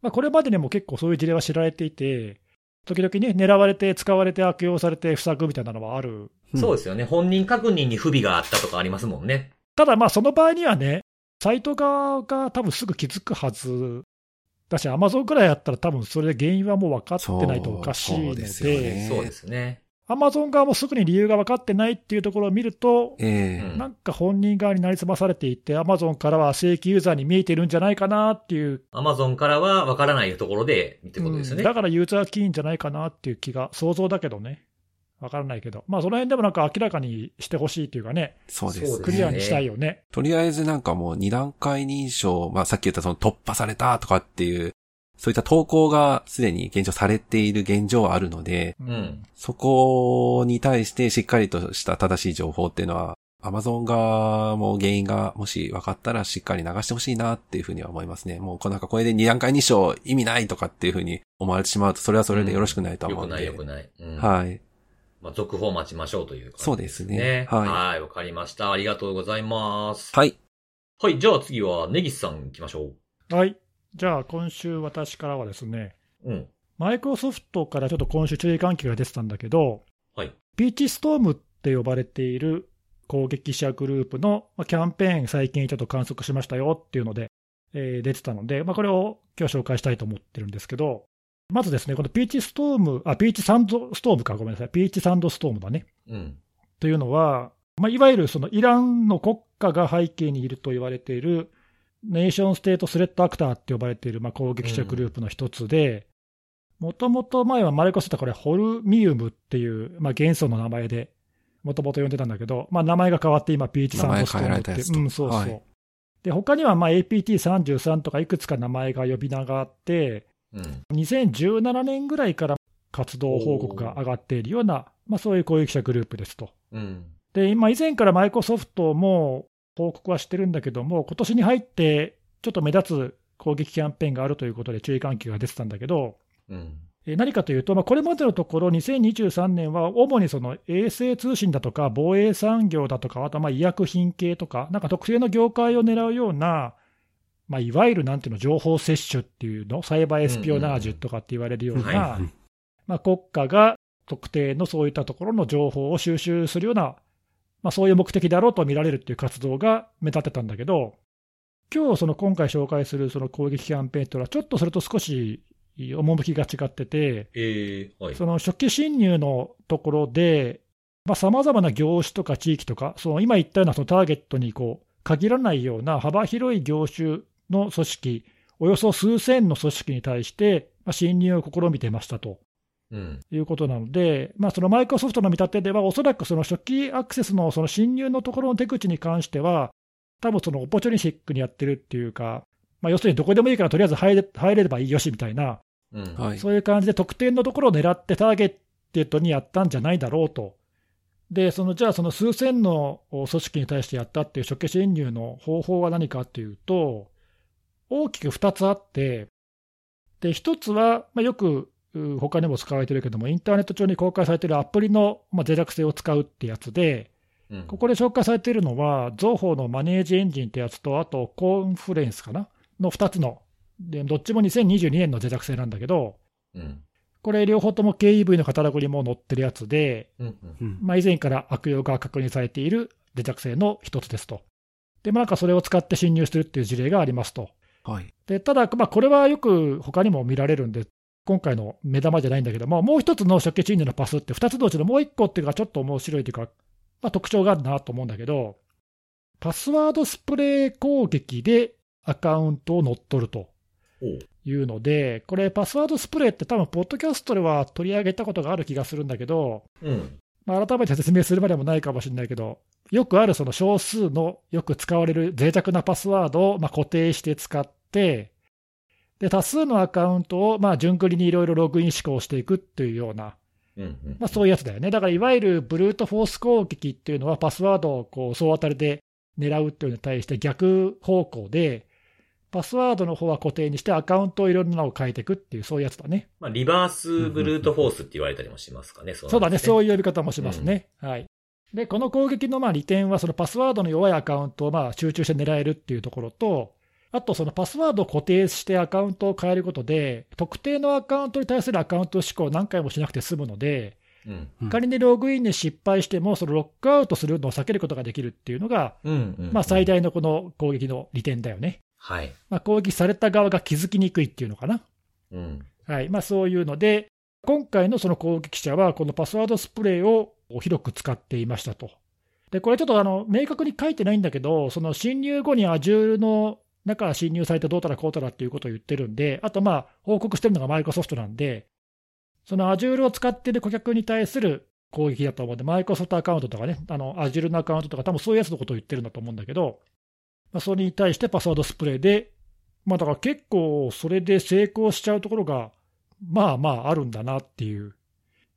B: まあ、これまでにも結構そういう事例は知られていて、時々ね、狙われて、使われて、悪用されて、不作みたいなのはある。
C: うん
A: そうですよね。本人確認に不備があったとかありますもんね。
B: ただまあ、その場合にはね、サイト側が多分すぐ気づくはずだし、アマゾンくらいやったら、多分それで原因はもう分かってないとおかしいの
C: そうそうですよね
B: で、
C: えー
A: そうですね。
B: アマゾン側もすぐに理由が分かってないっていうところを見ると、
C: え
A: う
C: え
A: ん
B: なんか本人側になりすまされていて、アマゾンからは正規ユーザーに見えてるんじゃないかなっていう、
A: アマゾンからはわからないところで、ってことですよ
B: うん
A: ね。
B: だからユーザーキーんじゃないかなっていう気が、想像だけどね、分からないけど、まあ、その辺でもなんか明らかにしてほしいというかね、
C: そうで
A: そう
C: す
A: で
B: ク
A: す
B: リア
A: ね
B: にしたいよね。
C: とりあえずなんかもう二段階認証、まあさっき言ったその突破されたとかっていう、そういった投稿がすでに現状されている現状はあるので、
A: ん
C: そこに対してしっかりとした正しい情報っていうのは、Amazon 側も原因がもし分かったらしっかり流してほしいなっていうふうには思いますね。もうこうなんかこれで二段階認証意味ないとかっていうふうに思われてしまうと、それはそれでよろしくないとは
A: よ
C: 思う
A: く
C: の
A: ない
C: で。
A: よくない。うん
C: はい。
A: まあ、続報待ちましょうという感じ
C: そうですね
A: は。
C: はいい
A: はい、わかりました。ありがとうございます。
C: はい。
A: はい、じゃあ次は、ネギスさん行きましょ
B: はい。じゃあ、今週私からはですね、
A: う。うん。
B: マイクロソフトからちょっと今週注意喚起が出てたんだけど、
A: はい
B: ピーチストームって呼ばれている攻撃者グループのまあキャンペーン最近ちょっと観測しましたよっていうので、えー出てたので、まあ、これを今日紹介したいと思ってるんですけど、まずですね、このピーチストーム、あ、ピーチサンドストームか、ごめんなさい、ピーチサンドストームだね。
A: うん。
B: というのは、まあ、いわゆるそのイランの国家が背景にいると言われている、ネーション・ステート・スレッド・アクターって呼ばれているまあ攻撃者グループの一つで、もともと前はマレコスタこれ、ホルミウムっていう、まあ、元素の名前で、もともと呼んでたんだけど、まあ、名前が変わって今、ピーチサンドストームって、
C: 名前変えられたやつ
B: う
C: と
B: ん、そうそう。
C: はい
B: で他にはまあ APT33 とかいくつか名前が呼び名があって、
A: うん。
B: 2017年ぐらいから活動報告が上がっているような、まあ、そういう攻撃者グループですと。
A: うん。
B: で、今、以前からマイクロソフトも報告はしてるんだけども、今年に入って、ちょっと目立つ攻撃キャンペーンがあるということで注意喚起が出てたんだけど、
A: うん。
B: えー何かというと、まあ、これまでのところ、2023年は主にその衛星通信だとか、防衛産業だとか、あとはまあ医薬品系とか、なんか特定の業界を狙うような、まあ、いわゆるなんていうの、情報摂取っていうの、サイバーエスピオナージュとかって言われるよう
A: うんうんうん
B: な、まあ、国家が特定のそういったところの情報を収集するような、まあ、そういう目的だろうと見られるっていう活動が目立ってたんだけど、今日その今回紹介するその攻撃キャンペーンというのは、ちょっとそれと少し趣が違ってて、
A: えー、はい。
B: その初期侵入のところで、さまざ、まな業種とか地域とか、その今言ったようなそのターゲットにこう限らないような幅広い業種の組織、およそ数千の組織に対して、まあ侵入を試みてましたと。
A: うん。
B: ということなので、まあ、そのマイクロソフトの見立てでは、おそらくその初期アクセスのその侵入のところの手口に関しては、多分そのオポチュニシックにやってるっていうか、まあ、要するにどこでもいいから、とりあえず入れ入れればいいよしみたいな、
A: うん。
C: はい。
B: そういう感じで特定のところを狙ってターゲットにやったんじゃないだろうと。で、そのじゃあ、その数千の組織に対してやったっていう初期侵入の方法は何かっていうと、大きく2つあって、で、1つは、まあ、よくう他にも使われてるけども、インターネット上に公開されてるアプリの、まあ、脆弱性を使うってやつで、
A: うん
B: ここで紹介されているのは、情報のマネージエンジンってやつと、あとコンフルエンスかな、の2つの、でどっちも2022年の脆弱性なんだけど、
A: うん。
B: これ、両方とも KEV のカタログにも載ってるやつで、
A: うん。うん
C: うん
B: まあ、以前から悪用が確認されている脆弱性の一つですと。で、まあ、なんかそれを使って侵入してるっていう事例がありますと。
C: はい。
B: でただ、まあ、これはよく他にも見られるんで、今回の目玉じゃないんだけども、もう一つの初期侵入のパスって、二つのうちのもう一個っていうのがちょっと面白いというか、まあ、特徴があるなと思うんだけど、パスワードスプレー攻撃でアカウントを乗っ取ると。
A: おう
B: いうので、これ、パスワードスプレーって、多分ポッドキャストでは取り上げたことがある気がするんだけど、
A: うん。
B: まあ、改めて説明するまでもないかもしれないけど、よくあるその少数のよく使われる脆弱なパスワードをまあ固定して使って、で多数のアカウントをまあ順繰りにいろいろログイン試行していくっていうような、
A: うん。うん。
B: まあ、そういうやつだよね。だからいわゆるブルートフォース攻撃っていうのは、パスワードをこう総当たりで狙うっていうのに対して逆方向で、パスワードの方は固定にして、アカウントをいろんなのを変えていくっていう、そういうやつだね。
A: まあ、リバースブルートフォースって言われたりもしますかね、そ
B: そうだね、そうういう呼び方もしますね。はい。で、この攻撃のまあ利点は、そのパスワードの弱いアカウントをまあ集中して狙えるっていうところと、あとそのパスワードを固定してアカウントを変えることで、特定のアカウントに対するアカウント試行を何回もしなくて済むので、
A: う。うん。
C: うん
B: 仮にログインに失敗しても、そのロックアウトするのを避けることができるっていうのが、
A: うん、うん。
B: まあ最。大のこの攻撃の利点だよね。
A: はい。
B: まあ、攻撃された側が気づきにくいっていうのかな。
A: うん。
B: はいまあ、そういうので、今回のその攻撃者は、このパスワードスプレーを広く使っていましたと。で、これちょっとあの明確に書いてないんだけど、その侵入後に Azure の中、侵入されてどうたらこうたらっていうことを言ってるんで、あとまあ報告してるのがマイクロソフトなんで、その Azure を使ってる顧客に対する攻撃だと思うんで、マイクロソフトアカウントとかね、あの Azure のアカウントとか、多分そういうやつのことを言ってるんだと思うんだけど、まあ、それに対してパスワードスプレーで、まあだから結構それで成功しちゃうところがまあまああるんだなっていう、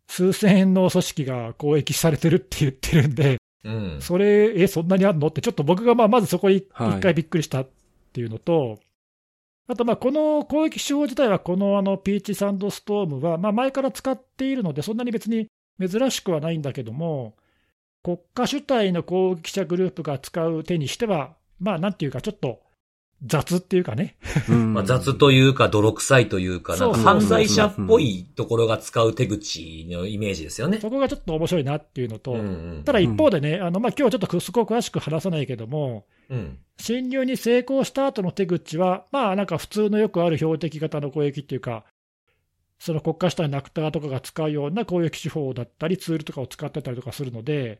B: 数千円の組織が公益されてるって言ってるんで、
A: うん。
B: それ、え、そんなにあるのって、ちょっと僕がまあまずそこに
C: はい
B: 一回びっくりしたっていうのと、あとまあこの攻撃手法自体は、このあのピーチサンドストームは、まあ前から使っているので、そんなに別に珍しくはないんだけども、国家主体の攻撃者グループが使う手にしては、まあなんていうか、ちょっと雑っていうかね、
C: うん
A: まあ、雑というか、泥臭いというか、なんか
B: そう
A: 犯罪者っぽいところが使う手口のイメージですよね。
B: そこがちょっと面白いなっていうのと、
A: ん
B: ただ一方でね、あのまあ今日はちょっとくそこ詳しく話さないけども、
A: うん。
B: 侵入に成功した後の手口は、まあなんか普通のよくある標的型の攻撃っていうか、その国家主体のアクターとかが使うような攻撃手法だったり、ツールとかを使ってたりとかするので、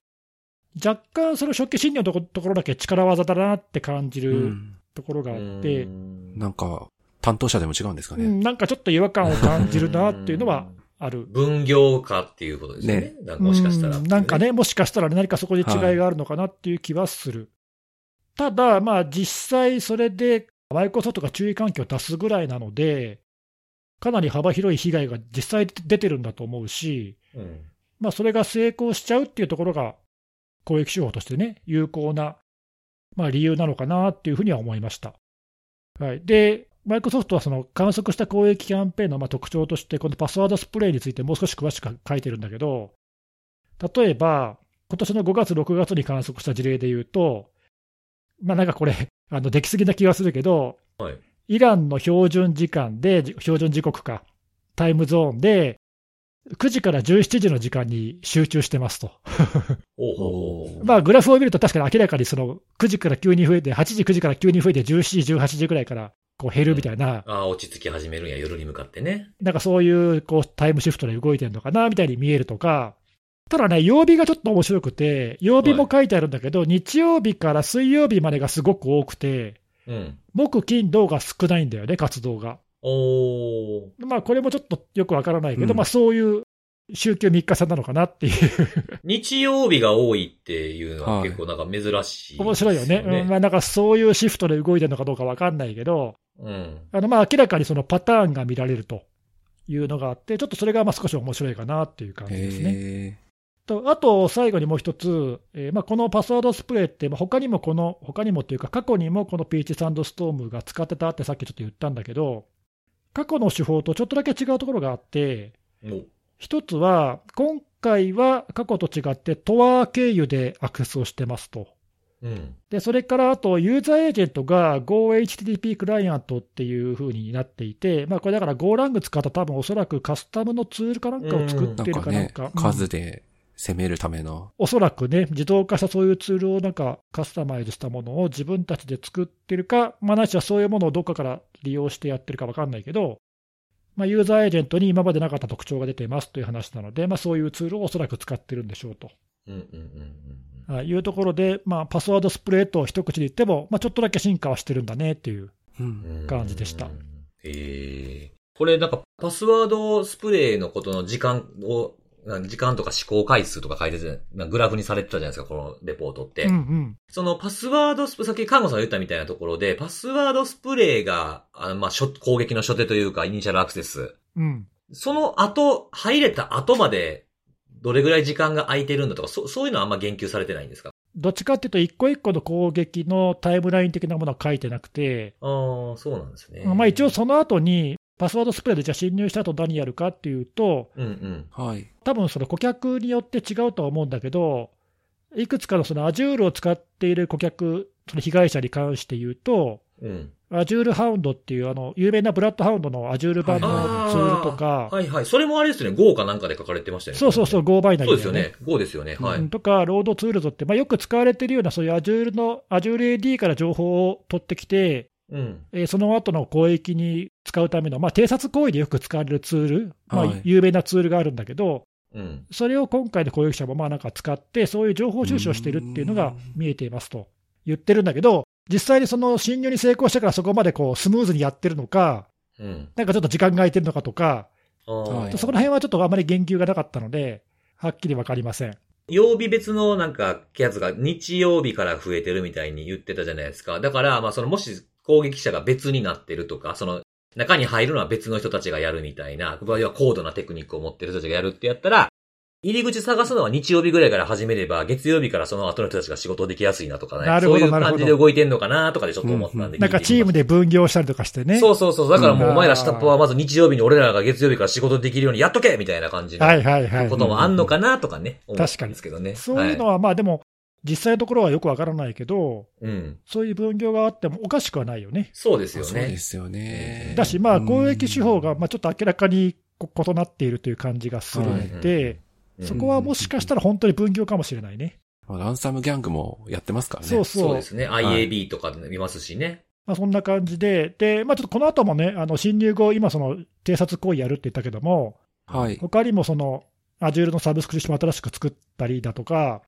B: 若干、その初期侵入のとこところだけ力技だなって感じ
C: う
B: る
C: ん
B: ところがあ
A: う
B: っ
A: ん
B: て、
C: なんか、担当者でも違うんですか
B: う
C: ね。
B: ん、なんかちょっと違和感を感じるなっていうのはある。
A: 分業化っていうことですよね。
C: ね
A: なんかもしかしたら、
B: うんなんか。ね、もしかしたら何かそこで違いがあるのかなっていう気はする。ただ、まあ、実際それで、マイクロソフトが注意喚起を出すぐらいなので、かなり幅広い被害が実際出てるんだと思うし、
A: うん。
B: まあ、それが成功しちゃうっていうところが、攻撃手法としてね、有効な、まあ、理由なのかなっていうふうには思いました。はい、で、マイクロソフトはその観測した攻撃キャンペーンのまあ特徴として、このパスワードスプレーについてもう少し詳しく書いてるんだけど、例えば、今年の5月、6月に観測した事例で言うと、まあ、なんかこれ、 あのできすぎな気がするけど、
A: はい
B: イランの標準時間で、じ標準時刻か、タイムゾーンで、9時から17時の時間に集中してますと。
A: おうほうほう
B: まあ、グラフを見ると確かに明らかにその9時から急に増えて、8時、9時から急に増えて、17時、18時ぐらいからこう減るみたいな、
A: ああ、落ち着き始めるんや、夜に向かってね。
B: なんかそういうこうタイムシフトで動いてるのかなみたいに見えるとか、ただね、曜日がちょっと面白くて、曜日も書いてあるんだけど、日曜日から水曜日までがすごく多くて、
A: うん。
B: 木、金、土が少ないんだよね、活動が。
A: おー。
B: まあ、これもちょっとよくわからないけど、
C: うん
B: まあそういう週休3日さんなのかなっていう
A: 日曜日が多いっていうのは
C: はい
A: 結構なんか珍しい、
B: 面白いよね。うんまあ、なんかそういうシフトで動いてるのかどうかわかんないけど、
A: うん。
B: あのまあ明らかにそのパターンが見られるというのがあって、ちょっとそれがまあ少し面白いかなっていう感じですね。
C: へ
B: とあと最後にもう一つ、えーまあこのパスワードスプレーって、まあ他にもこの、他にもっていうか、過去にもこのピーチサンドストームが使ってたってさっきちょっと言ったんだけど、過去の手法とちょっとだけ違うところがあって、
A: お
B: 一つは、今回は過去と違って、トア経由でアクセスをしてますと。
A: うん。
B: で、それからあと、ユーザーエージェントが GoHTTP クライアントっていう風になっていて、まあ、これだから GoLang 使った多分おそらくカスタムのツールかなんかを作っ
A: うん
C: な
B: て
C: ん
B: る
C: か
B: かなん
C: ね
B: か。うん、
C: 数で攻めるための。
B: おそらくね、自動化したそういうツールをなんかカスタマイズしたものを自分たちで作ってるか、まあ、ないしはそういうものをどっかから利用してやってるかわかんないけど、まあ、ユーザーエージェントに今までなかった特徴が出てますという話なので、まあ、そういうツールをおそらく使ってるんでしょうと。
A: うんうんうんうん。
B: はいいうところで、まあ、パスワードスプレーと一口で言っても、まあ、ちょっとだけ進化はしてるんだねっていう。
C: う。
A: うんん
B: 感じでした。
A: ええこれなんかパスワードスプレーのことの時間を、な時間とか試行回数とか書いてて、なグラフにされてたじゃないですか、このレポートって。
B: うんうん。
A: そのパスワードスプ、さっき看護さんが言ったみたいなところで、パスワードスプレーが、あのまあ、初攻撃の初手というか、イニシャルアクセス。
B: うん。
A: その後、入れた後まで、どれぐらい時間が空いてるんだとか、そそういうのはあんま言及されてないんですか
B: どっちかっていうと、一個一個の攻撃のタイムライン的なものは書いてなくて、
A: ああ、そうなんですね。
B: まあ、一応、その後に、パスワードスプレーでじゃあ侵入した後何やるかっていうと、
A: うんうん。
C: はい。
B: 多分その顧客によって違うとは思うんだけど、いくつかのその Azure を使っている顧客、その被害者に関して言うと、
A: うん。
B: Azure Hound っていうあの有名なブラッドハウンドの Azure 版のツールとか、
A: はいはい。それもあれですよね。GO かなんかで書かれてましたよね。
B: そうそうそう、Go バイナリ
A: そう
B: ー
A: ですよね。GO ですよね。は
B: うん
A: い。
B: とか、ロードツールズって、まあ、よく使われているような、そういう Azure の、Azure AD から情報を取ってきて、
A: うん。
B: えーその後の攻撃に使うための、まあ、偵察行為でよく使われるツール、まあ
C: はい、
B: 有名なツールがあるんだけど、
A: うん。
B: それを今回の攻撃者もまあなんか使って、そういう情報収集をしているっていうのが見えていますと言ってるんだけど、実際にその侵入に成功してからそこまでこうスムーズにやってるのか、
A: うん。
B: なんかちょっと時間が空いてるのかとか、
A: ああ
C: はい
B: そこら辺はちょっとあまり言及がなかったので、はっきり分かりません。
A: 曜日別のなんか、やつが日曜日から増えてるみたいに言ってたじゃないですか。だから、まあそのもし攻撃者が別になってるとか、その中に入るのは別の人たちがやるみたいな、場合は高度なテクニックを持ってる人たちがやるってやったら、入り口探すのは日曜日ぐらいから始めれば、月曜日からその後の人たちが仕事できやすいなとかね。
B: なるほど
A: そういう
B: なるほど
A: 感じで動いてんのかなとかでちょっと思ったんで聞いてみました。
B: なんかチームで分業したりとかしてね。
A: そうそうそう。だからもう
B: うん
A: お前ら下っ端はまず日曜日に俺らが月曜日から仕事できるようにやっとけみたいな感じの
B: はいはいはい。
A: こともあんのかなとかね。思ったん
B: 確かに
A: ですけどね。
B: そういうの
A: は
B: はまあでも、実際のところはよくわからないけど、
A: い。うん。
B: そういう分業があってもおかしくはないよね。
A: そうですよ
C: そうで
A: ね。
C: すよね。
B: だし、まあ、
C: うん
B: 攻撃手法がまあちょっと明らかにこ異なっているという感じがするので、
A: うん
B: そこはもしかしたら本当に分業かもしれないね。
C: まあランサムギャングもやってますからね。
B: そう
A: そう
B: そう。
A: ですね。
C: い
A: IAB とか見ますしね。
B: まあ、そんな感じで、で、まあ、ちょっとこの後もね、あの侵入後、今、その偵察行為やるって言ったけども、
C: はい。
B: 他にもその Azure のサブスクリプションを新しく作ったりだとか、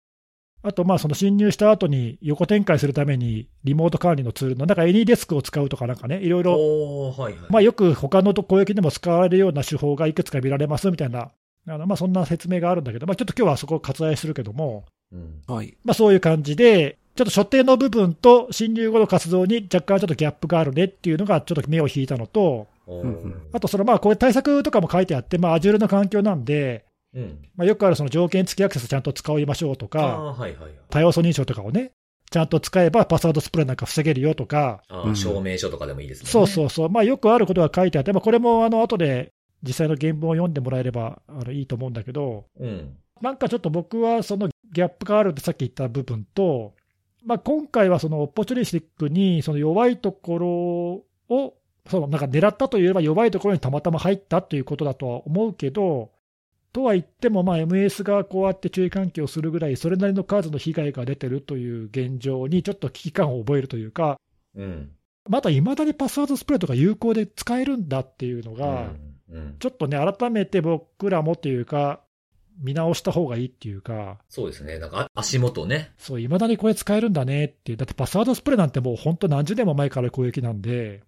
B: あと、まあその侵入した後に横展開するためにリモート管理のツールの、なんか AnyDesk を使うとかなんかね、いろいろ、
A: おーはいはい。
B: まあ、よく他の攻撃でも使われるような手法がいくつか見られますみたいな、あのまあ、そんな説明があるんだけど、まあ、ちょっと今日はそこを割愛するけども、
A: うん
C: はい。
B: まあ、そういう感じで、ちょっと所定の部分と侵入後の活動に若干ちょっとギャップがあるねっていうのがちょっと目を引いたのと、
A: お
C: うんうん
A: ー
B: あとそのまあこういう対策とかも書いてあって、まあ、Azure の環境なんで、
A: うん。
B: まあ、よくあるその条件付きアクセスちゃんと使いましょうと
A: あ
B: か、
A: あー、はいはいはい。
B: 多要素認証とかをね、ちゃんと使えばパスワードスプレーなんか防げるよとか、
A: あ
C: う
A: ー
C: ん
A: 証明書とかでもいいですね。
B: そうそうそう、まあ、よくあることが書いてあって、まあ、これもあの後で実際の原文を読んでもらえればあのいいと思うんだけど、
A: う。うん。
B: なんかちょっと僕はそのギャップがあるってさっき言った部分と、まあ、今回はそのオポチュリスティックにその弱いところをそのなんか狙ったといえば弱いところにたまたま入ったということだとは思うけど、とは言っても、まあ MS がこうやって注意喚起をするぐらい、それなりの数の被害が出てるという現状に、ちょっと危機感を覚えるというか、
A: うん。
B: またいまだにパスワードスプレーとか有効で使えるんだっていうのが、
A: うんうん。
B: ちょっとね、改めて僕らもというか、見直した方がいいっていうか、
A: そうですね。なんかあ足元ね。
B: そう、いまだにこれ使えるんだねっていう、だってパスワードスプレーなんてもう本当何十年も前から攻撃なんで、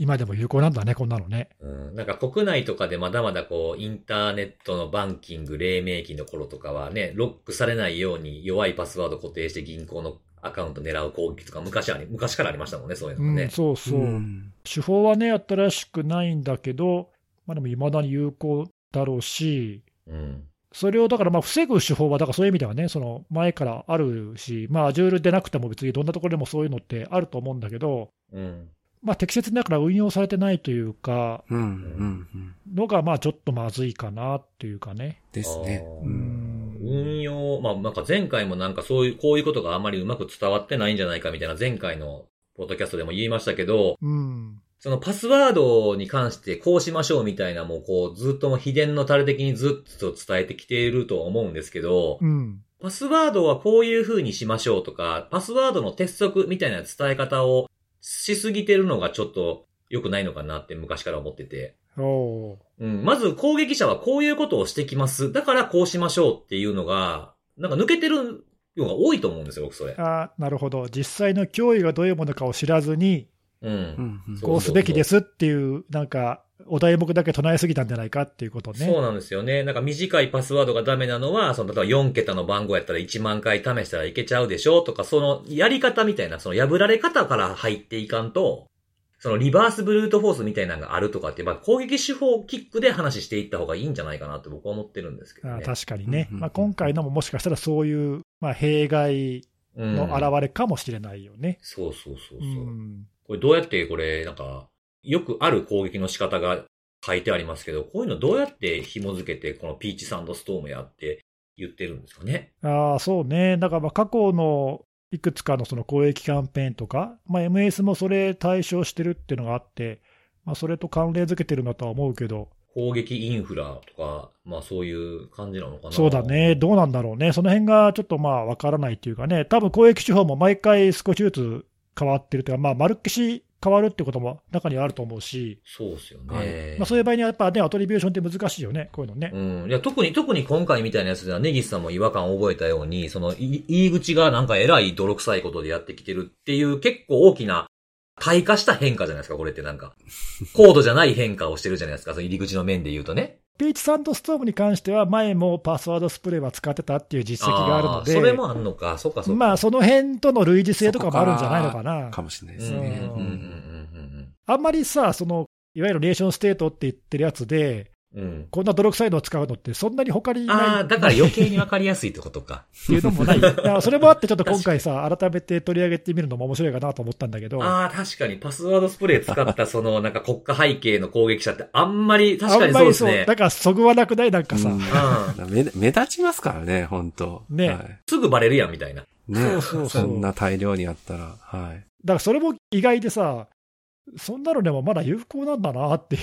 B: 今でも有効なんだね、こんなのね。
A: うん、なんか国内とかでまだまだこう、インターネットのバンキング、黎明期の頃とかはね、ロックされないように弱いパスワード固定して銀行のアカウント狙う攻撃とか昔あり、昔からありましたもんね、そういうの
B: う
A: が
B: ん、
A: ね。
B: そうそう、
C: うん
B: 手法はね、新しくないんだけど、まあでもいまだに有効だろうし、
A: うん。
B: それをだからまあ防ぐ手法は、だからそういう意味ではね、その前からあるし、まあ Azure でなくても別にどんなところでもそういうのってあると思うんだけど、
A: うん。
B: まあ適切にだから運用されてないというか、
C: うん。うん。うん
B: のがまあちょっとまずいかなっていうかね。
C: ですね。
A: あー
C: うん
A: 運用、まあなんか前回もなんかそういう、こういうことがあまりうまく伝わってないんじゃないかみたいな前回のポッドキャストでも言いましたけど、
B: うん。
A: そのパスワードに関してこうしましょうみたいなもうこうずっともう秘伝のタレ的にずっと伝えてきていると思うんですけど、
B: うん。
A: パスワードはこういう風にしましょうとか、パスワードの鉄則みたいな伝え方をしすぎてるのがちょっと良くないのかなって昔から思ってて。
B: おー
A: うん、まず攻撃者はこういうことをしてきます。だからこうしましょうっていうのが、なんか抜けてるのが多いと思うんですよ、僕それ。
B: あなるほど、実際の脅威がどういうものかを知らずに、
A: う。
C: うんんうん
A: そう
B: こうすべきですっていう、なんか、お題目だけ唱えすぎたんじゃないかっていうことね。
A: そうなんですよね。なんか短いパスワードがダメなのは、その、例えば4桁の番号やったら1万回試したらいけちゃうでしょとか、そのやり方みたいな、その破られ方から入っていかんと、そのリバースブルートフォースみたいなのがあるとかって、まあ攻撃手法キックで話していった方がいいんじゃないかなって僕は思ってるんですけど
B: あ
A: ね。
B: 確かにね、
C: うんうんうん
B: まあ、今回のももしかしたらそういう、まあ、弊害
A: うん
B: の現れかもしれないよね。
A: そうそうそうそう。
B: うん。
A: これどうやってこれ、なんか、よくある攻撃の仕方が書いてありますけど、こういうのどうやって紐付けて、このピーチサンドストームやって言ってるんですかね。
B: ああ、そうね。だからまあ過去のいくつかのその公益キャンペーンとか、まあ、MS もそれ対象してるっていうのがあって、まあ、それと関連づけてるんだとは思うけど、
A: 攻撃インフラとか、まあそういう感じなのかな。
B: そうだね、。どうなんだろうね、その辺がちょっとまあ分からないっていうかね、多分公益手法も毎回少しずつ変わってるというか、まあ、丸っきし変わるってことも中にはあると思うし、
A: そうですよ
C: はい
A: ね。
B: まあ、そういう場合にはやっぱね、アトリビューションって難しいよね、こういうのね。
A: うん。いや、特に、特に今回みたいなやつでは、ネギスさんも違和感を覚えたように、その、い入り口がなんか偉い泥臭いことでやってきてるっていう、結構大きな、対化した変化じゃないですか、これってなん か。高度じゃない変化をしてるじゃないですか、その入り口の面で言うとね。
B: ピーチサンドストームに関しては、前もパスワードスプレーは使ってたっていう実績があるの
A: ー
B: で、
A: それもあんのか、そっかそっか。
B: まあ、その辺との類似性とかもあるんじゃないのかな。
C: かもしれない
A: うん
C: で
A: う
C: す
A: んうんうん
C: ね。
B: あんまりさ、その、いわゆるレーションステートって言ってるやつで、
A: うんうんうん。
B: こんな泥臭いのを使うのって、そんなに他にない
A: ああ、だから余計にわかりやすいってことか。
B: っていうの もない。だからそれもあって、ちょっと今回さ、改めて取り上げてみるのも面白いかなと思ったんだけど、あ
A: ああ、確かにパスワードスプレー使 ったその、なんか国家背景の攻撃者ってあんまり、確か
B: ん
A: に
B: ま
A: そうで
B: り
A: す
B: そう、
A: ね。
B: だからそぐわなくないなんかさ、
C: うん
A: うん。
C: 目目立ちますからね、本当
B: ね
C: はい
A: すぐバレるやんみたいな。
C: ね
B: そうそうそう
C: そんな大量にあったら、はい。
B: だからそれも意外でさ、そんなのでもまだ有効なんだなっていう。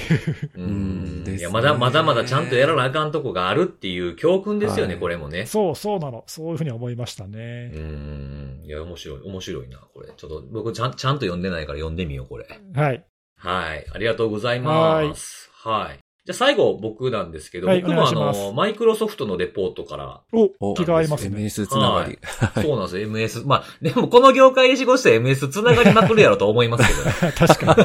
A: うん
C: で
A: い
C: すね
A: や、まだまだまだちゃんとやらなあかんとこがあるっていう教訓ですよね、
C: はい
A: これもね。
B: そう、そうなの。そういうふうに思いましたね。
A: うん。いや、面白い、面白いな、これ。ちょっと、僕ちゃん、ちゃんと読んでないから読んでみよう、これ。
B: はい。
A: はい。ありがとうございます。はい。じゃあ最後、僕なんですけど、
B: はい
A: 僕もあ
B: お願いしま
A: の、マイクロソフトのレポートから、
B: お、
C: お
B: 気が合いますね。
C: MS つながり。
A: そうなんですよ、MS。まあ、でもこの業界で仕事したら MS 繋がりまくるやろと思いますけ
B: 確か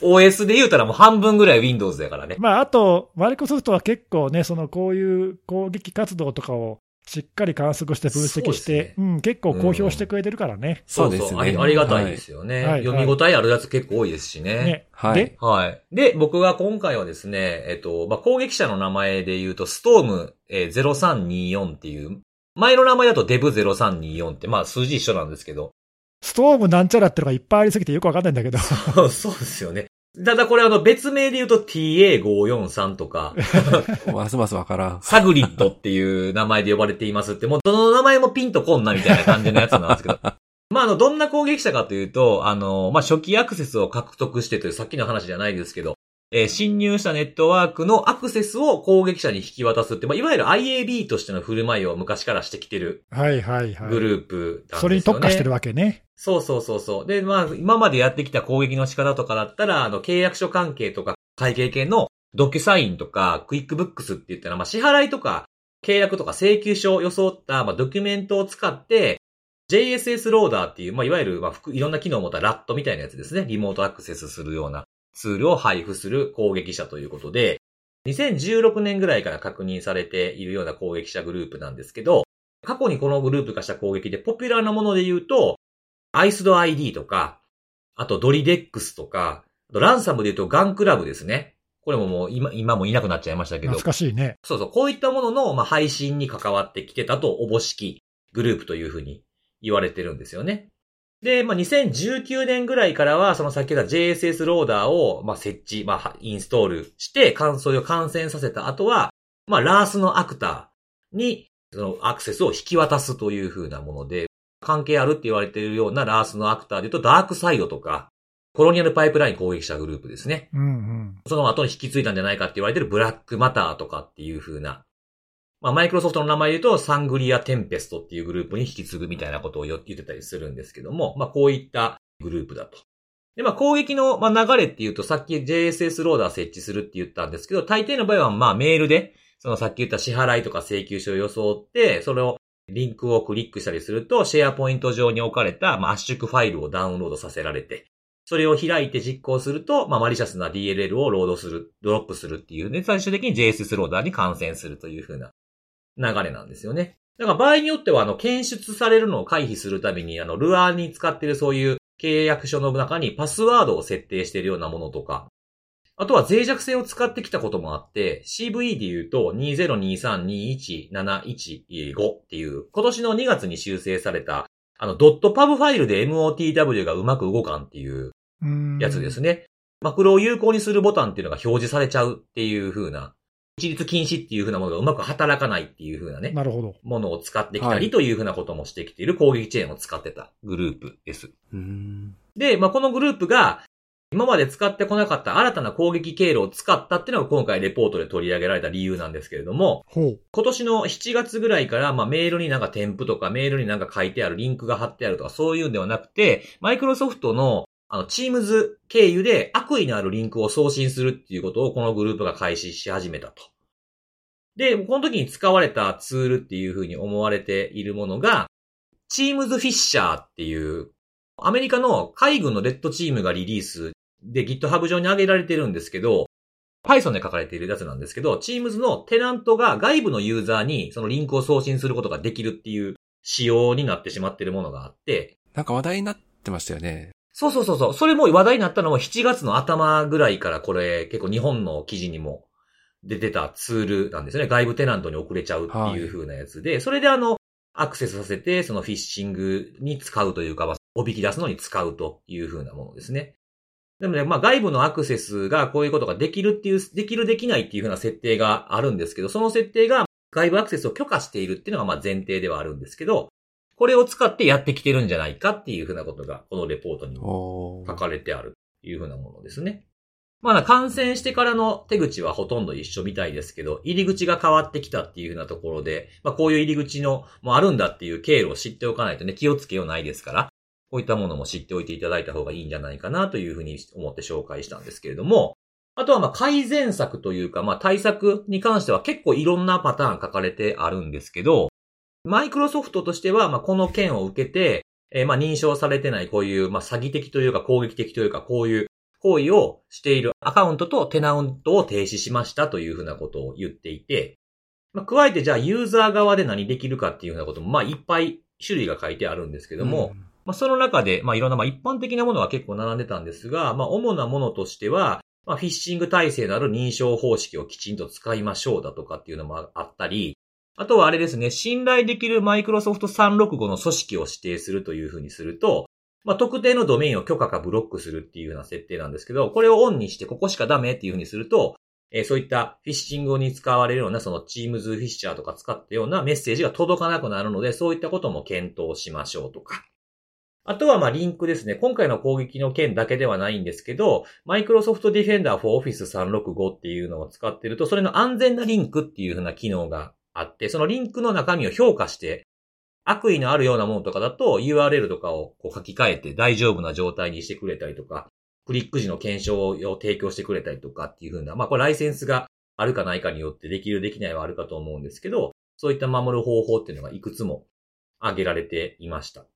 B: に。
A: ど、OS で言うたらもう半分ぐらい Windows だからね。
B: まあ、あと、マイクロソフトは結構ね、そのこういう攻撃活動とかをしっかり観測して分
A: そう
B: 析
A: で
B: し
A: すね
B: て、うん、結構公表してくれてるからね。
A: そう
C: そうです
A: そう、
C: ね
A: ありありがたいですよね。
B: はい
A: 読み応えあるやつ結構多いですしね。
B: ね。
C: はい
B: で、
A: はい。で、僕が今回はですね、えっと、まあ、攻撃者の名前で言うと、ストーム、えー0324っていう、前の名前だとデブ0324って、まあ、数字一緒なんですけど、
B: ストームなんちゃらってのがいっぱいありすぎてよくわかんないんだけど。
A: そうですよね。ただこれあの別名で言うと TA543 とか、
C: ますますわからん。
A: サグリッドっていう名前で呼ばれていますって、もうどの名前もピンとこんなみたいな感じのやつなんですけ ど。まあ、あの、どんな攻撃者かというと、あの、まあ、初期アクセスを獲得してというさっきの話じゃないですけど、えー侵入したネットワークのアクセスを攻撃者に引き渡すって、まあ、いわゆる IAB としての振る舞いを昔からしてきてる
B: はいはいはい。
A: グループなんですよね。
B: それに特化してるわけね。
A: そうそうそうそう。で、まあ、今までやってきた攻撃の仕方とかだったら、あの、契約書関係とか、会計系のドキュサインとか、クイックブックスって言ったら、まあ、支払いとか、契約とか請求書を装った、まあ、ドキュメントを使って、JSS ローダーっていう、まあ、いわゆる、まあ、複いろんな機能を持ったラットみたいなやつですね。リモートアクセスするようなツールを配布する攻撃者ということで、2016年ぐらいから確認されているような攻撃者グループなんですけど、過去にこのグループがした攻撃でポピュラーなもので言うと、アイスド ID とか、あとドリデックスとか、あとランサムで言うとガンクラブですね。これももう今、今もいなくなっちゃいましたけど
B: 懐。かしいね。
A: そうそう、こういったものの、まあ、配信に関わってきてたと、おぼしきグループというふうに言われてるんですよね。で、まあ、2019年ぐらいからは、その先ほど言った JSS ローダーを、まあ、設置、まあ、インストールして、感想を感染させた後は、まあ、ラースのアクターに、そのアクセスを引き渡すというふうなもので、関係あるって言われているようなラースのアクターで言うと、ダークサイドとか、コロニアルパイプライン攻撃者グループですね。
B: うんうん。
A: その後に引き継いだんじゃないかって言われてるブラックマターとかっていう風な。まあ、マイクロソフトの名前で言うと、サングリア・テンペストっていうグループに引き継ぐみたいなことを言ってたりするんですけども、まあ、こういったグループだと。で、まあ、攻撃の、まあ、流れっていうと、さっき JSS ローダー設置するって言ったんですけど、大抵の場合は、まあ、メールで、そのさっき言った支払いとか請求書を装って、それを、リンクをクリックしたりすると、シェアポイント上に置かれた、まあ、圧縮ファイルをダウンロードさせられて、それを開いて実行すると、まあ、マリシャスな DLL をロードする、ドロップするっていうね、最終的に JSS ローダーに感染するという風な流れなんですよね。だから場合によっては、あの、検出されるのを回避するために、あの、ルアーに使ってるそういう契約書の中にパスワードを設定しているようなものとか、あとは脆弱性を使ってきたこともあって、CVE で言うと2023-2171-5っていう、今年の2月に修正されたあの、ドットパブファイルで MOTW がうまく動かんっていう
B: うん
A: やつですね。マクロを有効にするボタンっていうのが表示されちゃうっていう風な、一律禁止っていう風なものがうまく働かないっていう風なね、
B: なるほど。
A: ものを使ってきた
C: は
A: り
C: い
A: という風なこともしてきている攻撃チェーンを使ってたグループです。
C: うん。
A: で、まあ、このグループが、今まで使ってこなかった新たな攻撃経路を使ったっていうのが今回レポートで取り上げられた理由なんですけれども、
B: ほう。
A: 今年の7月ぐらいから、まあ、メールになんか添付とか、メールになんか書いてある、リンクが貼ってあるとか、そういうんではなくて、マイクロソフトの、あの、チームズ経由で悪意のあるリンクを送信するっていうことをこのグループが開始し始めたと。で、この時に使われたツールっていうふうに思われているものが、チームズフィッシャーっていう、アメリカの海軍のレッドチームがリリースで GitHub 上に上げられてるんですけど、Python で書かれているやつなんですけど、Teams のテナントが外部のユーザーにそのリンクを送信することができるっていう仕様になってしまっているものがあって、
C: なんか話題になってましたよね。
A: そうそうそうそう、それも話題になったのも7月の頭ぐらいからこれ結構日本の記事にも出てたツールなんですよね。外部テナントに送れちゃうって
C: はい
A: いう風なやつで、それであの、アクセスさせて、そのフィッシングに使うというか、まあおびき出すのに使うという風なものですね。なので、まあ外部のアクセスがこういうことができるっていう、できるできないっていう風な設定があるんですけど、その設定が外部アクセスを許可しているっていうのがまあ前提ではあるんですけど、これを使ってやってきてるんじゃないかっていう風なことが、このレポートにも
C: お
A: 書
C: ー
A: かれてあるというふうなものですね。まあな、感染してからの手口はほとんど一緒みたいですけど、入り口が変わってきたっていうふうなところで、まあこういう入り口のもあるんだっていう経路を知っておかないとね、気をつけようないですから、こういったものも知っておいていただいた方がいいんじゃないかなというふうに思って紹介したんですけれども、あとはまあ改善策というか、まあ対策に関しては結構いろんなパターン書かれてあるんですけど、マイクロソフトとしては、まあこの件を受けて、えーまあ認証されてないこういう、まあ詐欺的というか攻撃的というかこういう行為をしているアカウントとテナントを停止しましたというふうなことを言っていて、まあ加えてじゃあユーザー側で何できるかっていうふうなことも、まあいっぱい種類が書いてあるんですけども、
C: うん
A: まあ、その中で、まあ、いろんな、まあ、一般的なものは結構並んでたんですが、まあ、主なものとしては、まあ、フィッシング体制のある認証方式をきちんと使いましょうだとかっていうのもあったり、あとはあれですね、信頼できるマイクロソフト365の組織を指定するというふうにすると、まあ、特定のドメインを許可かブロックするっていうような設定なんですけど、これをオンにしてここしかダメっていうふうにすると、えーそういったフィッシングに使われるような、そのチームズフィッシャーとか使ったようなメッセージが届かなくなるので、そういったことも検討しましょうとか。あとは、まあ、リンクですね。今回の攻撃の件だけではないんですけど、Microsoft Defender for Office 365っていうのを使ってると、それの安全なリンクっていう風な機能があって、そのリンクの中身を評価して、悪意のあるようなものとかだと URL とかをこう書き換えて大丈夫な状態にしてくれたりとか、クリック時の検証を提供してくれたりとかっていう風な、まあ、これライセンスがあるかないかによってできるできないはあるかと思うんですけど、そういった守る方法っていうのがいくつも挙げられていました。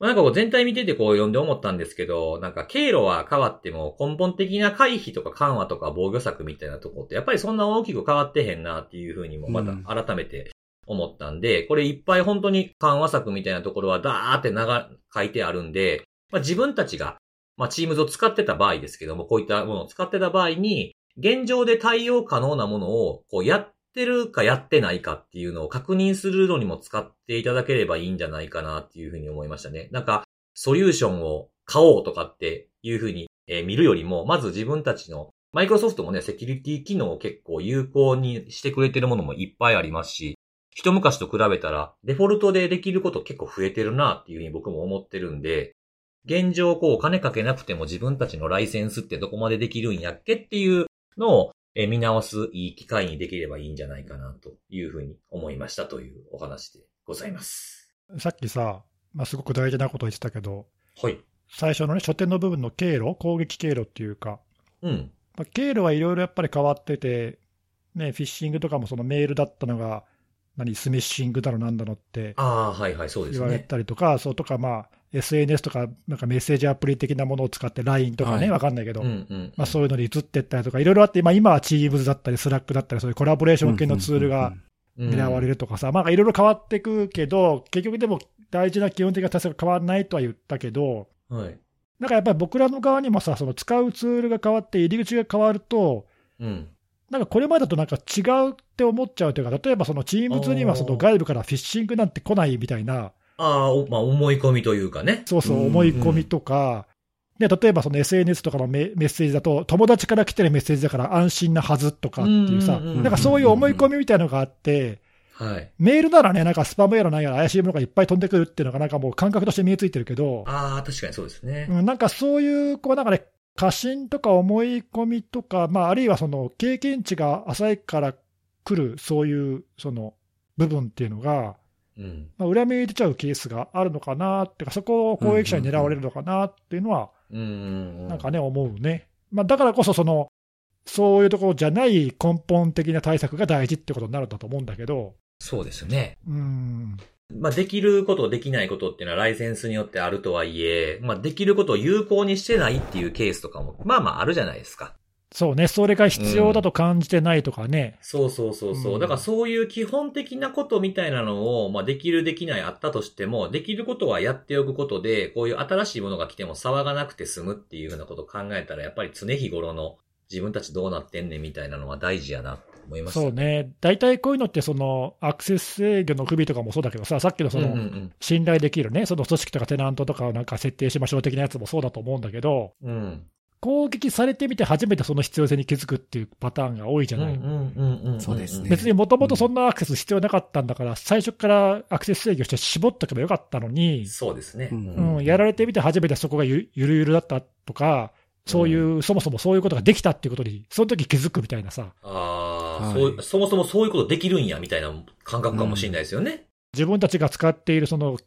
A: まあなんかこう全体見ててこう読んで思ったんですけど、なんか経路は変わっても根本的な回避とか緩和とか防御策みたいなところってやっぱりそんな大きく変わってへんなっていうふうにもま
C: うん
A: た改めて思ったんで、これいっぱい本当に緩和策みたいなところはダーって長書いてあるんで、まあ自分たちが、まあチームズを使ってた場合ですけども、こういったものを使ってた場合に、現状で対応可能なものをこうやってるかやってないかっていうのを確認するのにも使っていただければいいんじゃないかなっていうふうに思いましたね。なんか、ソリューションを買おうとかっていうふうに、えー見るよりも、まず自分たちの、マイクロソフトもね、セキュリティ機能を結構有効にしてくれてるものもいっぱいありますし、一昔と比べたら、デフォルトでできること結構増えてるなっていうふうに僕も思ってるんで、現状こうお金かけなくても自分たちのライセンスってどこまでできるんやっけっていうのをえー見直すいい機会にできればいいんじゃないかなというふうに思いましたというお話でございます。
B: さっきさ、まあ、すごく大事なこと言ってたけど、
A: はい。
B: 最初のね、初手の部分の経路、攻撃経路っていうか、
A: うん。
B: まあ、経路はいろいろやっぱり変わってて、ね、フィッシングとかもそのメールだったのが、何、スミッシングだのなんだのって
A: ああ、はいはい、そうで
B: 言
A: す
B: わ
A: ね。
B: れたりとか、そうとか、まあ、SNS とか、なんかメッセージアプリ的なものを使って、LINE とかね、
C: はい
B: わ、かんないけど、
A: うんうん。
B: まあ、そういうのに移ってったりとか、いろいろあって、まあ、今は Teams だったり、Slack だったり、そういうコラボレーション系のツールが
A: うん
B: 狙われるとかさ、まあ、いろいろ変わってくけど、結局でも大事な基本的な対策は変わらないとは言ったけど、
A: はい。
B: なんかやっぱり僕らの側にもさ、その使うツールが変わって、入り口が変わると、
A: うん。
B: なんかこれまでとなんか違うって思っちゃうというか、例えばその Teams にはその外部からフィッシングなんて来ないみたいな
A: ああ、おまあ、思い込みというかね。
B: そうそう、
C: うん
B: 思い込みとか、で例えばその SNS とかのメメッセージだと、友達から来てるメッセージだから安心なはずとかっていうさ、
A: うんうんうん
C: うん
B: なんかそういう思い込みみたいなのがあって、
A: はい。
B: メールならね、なんかスパムやらなんやら怪しいものがいっぱい飛んでくるっていうのが、なんかもう感覚として見えついてるけど、
A: ああ、確かにそうですね。
B: うん、なんかそういう、こうなんかね、過信とか思い込みとか、まあ、あるいはその経験値が浅いから来る、そういうその部分っていうのが、
A: うん。
B: まあ、裏目に出ちゃうケースがあるのかなってか、そこを攻撃者に狙われるのかなっていうのは、
A: うんうんうん。
B: なんかね、思うね。まあ、だからこそその、そういうところじゃない根本的な対策が大事ってことになるんだと思うんだけど、
A: そうですね。
B: うん、
A: まあ、できること、できないことっていうのはライセンスによってあるとはいえ、まあ、できることを有効にしてないっていうケースとかも、まあまああるじゃないですか。
B: そうね、それが必要だと感じてないとかね、
A: そうそうそうそう。
B: うん
A: だからそういう基本的なことみたいなのを、まあ、できる、できないあったとしても、できることはやっておくことで、こういう新しいものが来ても騒がなくて済むっていうようなことを考えたら、やっぱり常日頃の自分たちどうなってんねんみたいなのは大事やなって思います。
B: そう。ね、大体こういうのってその、アクセス制御の不備とかもそうだけどさ、さっきのそ
A: うんう
B: の、
A: ん
B: 信頼できるね、その組織とかテナントとかをなんか設定しましょう的なやつもそうだと思うんだけど、
A: うん。うん。
B: 攻撃されてみて初めてその必要性に気づくっていうパターンが多いじゃ
A: うんう
B: ない。
A: んうんうんうん。
C: そうですね
B: 別にもともとそんなアクセス必要なかったんだから、最初からアクセス制御して絞っとけばよかったのに、
A: そうですね。
C: うん
B: うんやられてみて初めてそこがゆゆるゆるだったとか、そういう、そもそもそういうことができたっていうことに、その時気づくみたいなさ、
A: ああ、
C: はい
A: そう、そもそもそういうことできるんや、みたいな感覚かもしれないですよね。
B: 自分たちが使っているその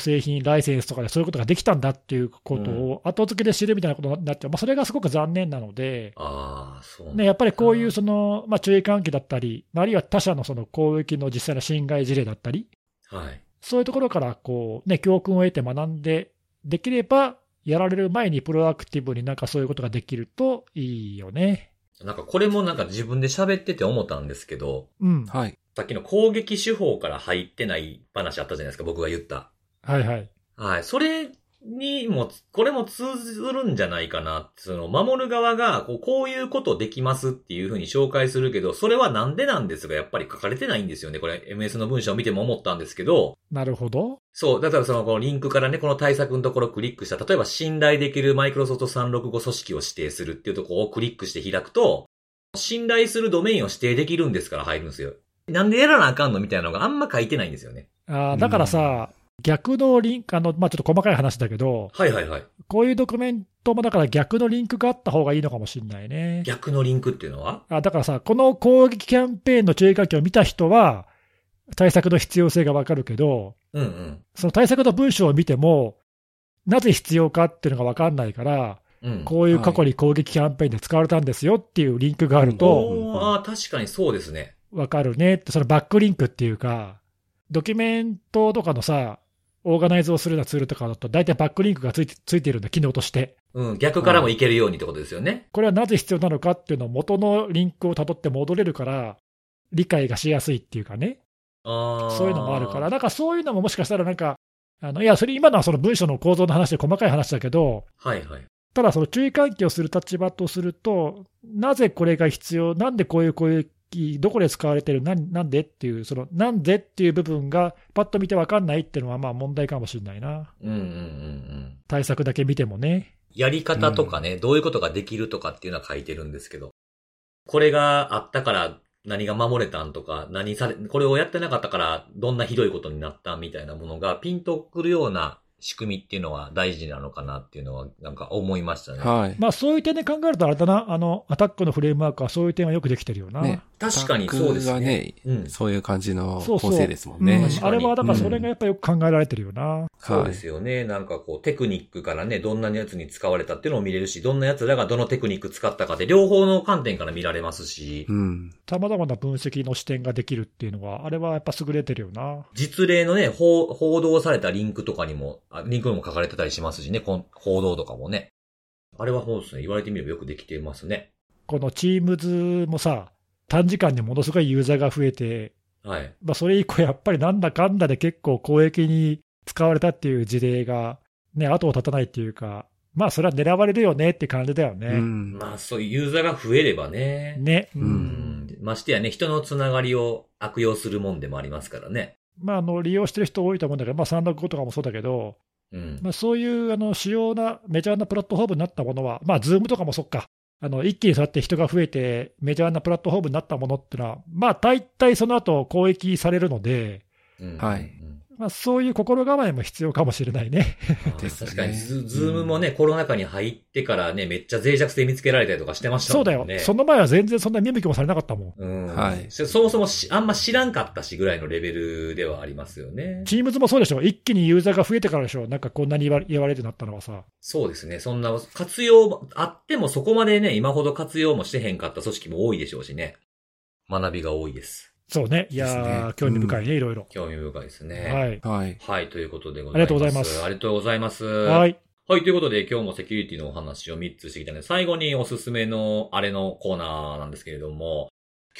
B: 製品、ライセンスとかでそういうことができたんだっていうことを後付けで知るみたいなことになっちゃう、まあ、それがすごく残念なので、
A: ああ、そう。
B: ね、やっぱりこういうその、まあ、注意喚起だったり、まああるいは他社のその攻撃の実際の侵害事例だったり、
A: はい。
B: そういうところからこう、ね、教訓を得て学んで、できればやられる前にプロアクティブになんかそういうことができるといいよね。
A: なんかこれもなんか自分で喋ってて思ったんですけど、
B: うん、は
C: はい。
A: さっきの攻撃手法から入ってない話あったじゃないですか、僕が言った。
B: いはい。
A: はい。それにも、これも通ずるんじゃないかな。その、守る側が、こう、こういうことできますっていうふうに紹介するけど、それはなんでなんですが、やっぱり書かれてないんですよね。これ、MS の文章を見ても思ったんですけど、
B: なるほど。
A: そう。だからその、このリンクからね、この対策のところをクリックした。例えば、信頼できるマイクロソフト365組織を指定するっていうところをクリックして開くと、信頼するドメインを指定できるんですから入るんですよ。なんでやらなあかんのみたいなのがあんま書いてないんですよね。
B: あ
C: う
B: ー
C: ん
B: だからさ、逆のリンク、あのまあ、ちょっと細かい話だけど、
A: はいはいはい。
B: こういうドキュメントもだから逆のリンクがあった方がいいのかもしれないね。
A: 逆のリンクっていうのは
B: あだからさ、この攻撃キャンペーンの注意喚起を見た人は、対策の必要性がわかるけど、
A: うんうん。
B: その対策の文章を見ても、なぜ必要かっていうのがわかんないから、
A: うん。
B: こういう過去に攻撃キャンペーンで使われたんですよっていうリンクがあると、
A: おーあー確かにそうですね。
B: わかるねって、そのバックリンクっていうか、ドキュメントとかのさ、オーガナイズをするようなツールとかだと、大体バックリンクがついてついているんだ、機能として。
A: うん。逆からもいけるようにってことですよね。
B: これはなぜ必要なのかっていうのを元のリンクをたどって戻れるから、理解がしやすいっていうかね、
A: ああ。
B: そういうのもあるから、。なんかそういうのももしかしたらなんか、あのいや、それ今のはその文章の構造の話で細かい話だけど、
A: はいはい。
B: ただその注意喚起をする立場とすると、なぜこれが必要、なんでこういう攻撃、どこで使われてる、なんなんでっていう、そのなんでっていう部分がパッと見て分かんないっていうのはまあ問題かもしれないな。
A: うんうんうんうん。
B: 対策だけ見てもね。
A: やり方とかね、どういうことができるとかっていうのは書いてるんですけど、これがあったから何が守れたんとか、何され、これをやってなかったからどんなひどいことになったみたいなものがピンとくるような仕組みっていうのは大事なのかなっていうのはなんか思いましたね。
C: はい。
B: まあそういう点で考えるとあれだな、あの、アタックのフレームワークはそういう点はよくできてるよな。
C: ね
A: 確かにそうです
C: タックが
A: ね。
C: ね、
A: うん。
C: そういう感じの
B: そうそう
C: 構成ですもん
B: うん
C: ね。
A: 確か
B: あ
A: に
B: れはだからそれがやっぱよく考えられてるよな。
A: そうですよね。なんかこう、テクニックからね、どんなやつに使われたっていうのを見れるし、どんなやつらがどのテクニック使ったかで、両方の観点から見られますし、
C: うん。
B: さまざまな分析の視点ができるっていうのは、あれはやっぱ優れてるよな。
A: 実例のね、報報道されたリンクとかにも、あリンクにも書かれてたりしますしね、こん報道とかもね。あれはそうですね、言われてみればよくできてますね。
B: この Teams もさ、短時間にものすごいユーザーが増えて、
A: はい。
B: まあ、それ以降、やっぱりなんだかんだで結構公益に使われたっていう事例が、ね、後を絶たないっていうか、まあ、それは狙われるよねって感じだよ
C: う
B: ね。
C: ん。
A: まあ、そういうユーザーが増えればね。
B: ね。
C: う
A: うん。ましてやね、人のつながりを悪用するもんでもありますからね。
B: まあ、あの利用してる人多いと思うんだけど、まあ、三六5とかもそうだけど、
A: うん。
B: まあ、そういうあの主要なメジャーなプラットフォームになったものは、まあ、ズームとかもそっか、あの一気にそうやって人が増えて、メジャーなプラットフォームになったものってのは、まあ、大体その後攻撃されるので、
A: うん
C: はい
A: うん
B: まあ、そういう心構えも必要かもしれないね。
A: あー
C: ですね
A: 確かにズ、ズームもね、コロナ禍に入ってからね、めっちゃ脆弱性見つけられたりとかしてました
B: そ
A: も
B: うん
A: ね。
B: だよ、その前は全然そんな見向きもされなかったもん。
A: うん。
C: はい
A: そそもそもしあんま知らんかったしぐらいのレベルではありますよね。
B: Teams もそうでしょ、一気にユーザーが増えてからでしょ、なんかこんなに言わ言われるようになったのはさ。
A: そうですね。そんな活用、あってもそこまでね、今ほど活用もしてへんかった組織も多いでしょうしね。学びが多いです。
B: そうね、いや
C: です
B: ー、
C: ね
B: 興味深いね、いろいろ。
A: 興味深いですね。。
B: はいい。
C: はい。
A: はい、ということでご
B: あ
A: ざいます。
B: りがとうございます
A: ありがとうございます。。
B: はいい。
A: はい、ということで今日もセキュリティのお話を3つしてきたので、最後におすすめのあれのコーナーなんですけれども、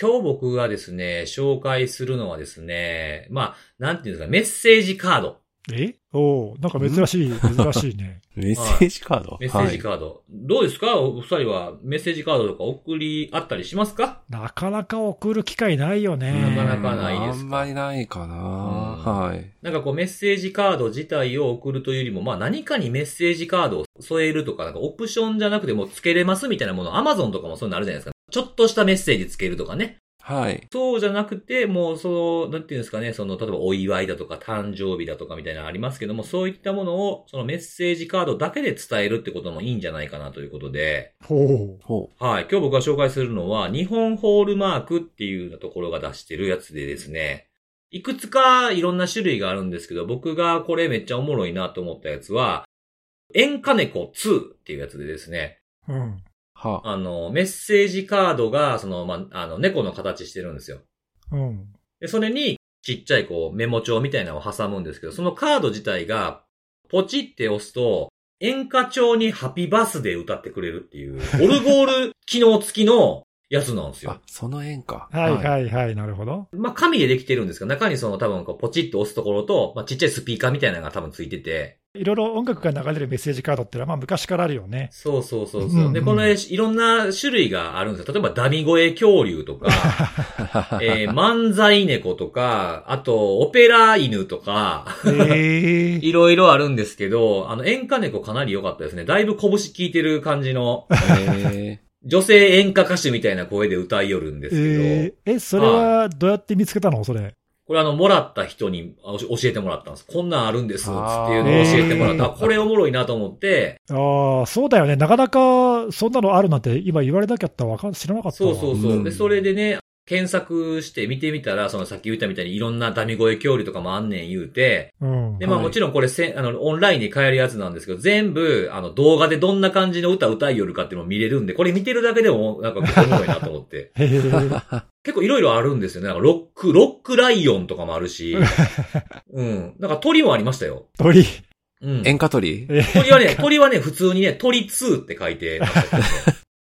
A: 今日僕がですね、紹介するのはですね、まあ、なんていうんですか、メッセージカード。
B: えおおなんか珍しい、珍しいね。
C: メッセージカード。
A: メッセージカード。どうですかお二人はメッセージカードとか送りあったりしますか
B: なかなか送る機会ないよね。
C: うん
A: なかなかないですか
C: あんまりないかな。はい。
A: なんかこうメッセージカード自体を送るというよりも、まあ何かにメッセージカードを添えるとか、なんかオプションじゃなくてもう付けれますみたいなもの、Amazon とかもそういうのあるじゃないですか。ちょっとしたメッセージ付けるとかね。
C: はい。
A: そうじゃなくて、もうその、なんていうんですかね、その、例えばお祝いだとか誕生日だとかみたいなのありますけども、そういったものを、そのメッセージカードだけで伝えるってこともいいんじゃないかなということで、
B: ほう。
C: ほ
A: はい。今日僕が紹介するのは、日本ホールマークっていうようなところが出してるやつでですね、いくつかいろんな種類があるんですけど、僕がこれめっちゃおもろいなと思ったやつは、演歌猫2っていうやつでですね、
B: うん。
C: う。は。
A: あの、メッセージカードが、その、まあ、あの、猫の形してるんですよ。
B: うん。
A: で、それに、ちっちゃいこう、メモ帳みたいなのを挟むんですけど、そのカード自体が、ポチって押すと、演歌帳にハッピーバースデー歌ってくれるっていう、オルゴール機能付きのやつなんですよ
C: あ。、その縁か。
B: はい
C: い。
B: はいはい、なるほど。
A: まあ、紙でできてるんですが、中にその多分こう、ポチッと押すところと、まあ、ちっちゃいスピーカーみたいなのが多分ついてて、
B: いろいろ音楽が流れるメッセージカードってのは、まあ昔からあるよね。
A: そうそうそう
B: うん
A: そうう。
B: ん
A: で、この絵いろんな種類があるんですよ。例えば、ダミ声恐竜と か、えー、漫才猫とか、あと、オペラ犬とか、
B: ええ。
A: いろいろあるんですけど、あの、演歌猫かなり良かったですね。だいぶ拳効いてる感じの、
C: え
A: 女性演歌歌手みたいな声で歌いよるんですけど、
B: えー、え、それはどうやって見つけたのそれ。
A: これあの、もらった人にあ教教えてもらったんです。こんなんあるんです、つっていう
C: あー
A: のを教えてもらった。
B: へー
A: あこれおもろいなと思って、
B: ああ、そうだよね。なかなかそんなのあるなんて今言われなきゃったわかん知らなかった
A: そ
B: わ。
A: うそうそう。
C: うん
A: で、それでね、検索して見てみたら、そのさっき言ったみたいにいろんなダミ声恐竜とかもあんねん言うて、
B: う。うん
A: で、。まあ
C: はい
A: もちろんこれせん、あの、オンラインで買えるやつなんですけど、全部、あの、動画でどんな感じの歌歌いよるかっていうのを見れるんで、これ見てるだけでも、なんかおもろいなと思って。
B: へー
A: 結構いろいろあるんですよね。なんかロック、ロックライオンとかもある し。うん。なんか鳥もありましたよ。
B: 鳥。
A: うん
C: ー、。演歌取り
B: え
A: 鳥はね、鳥はね、普通にね、鳥2って書いてましたけど、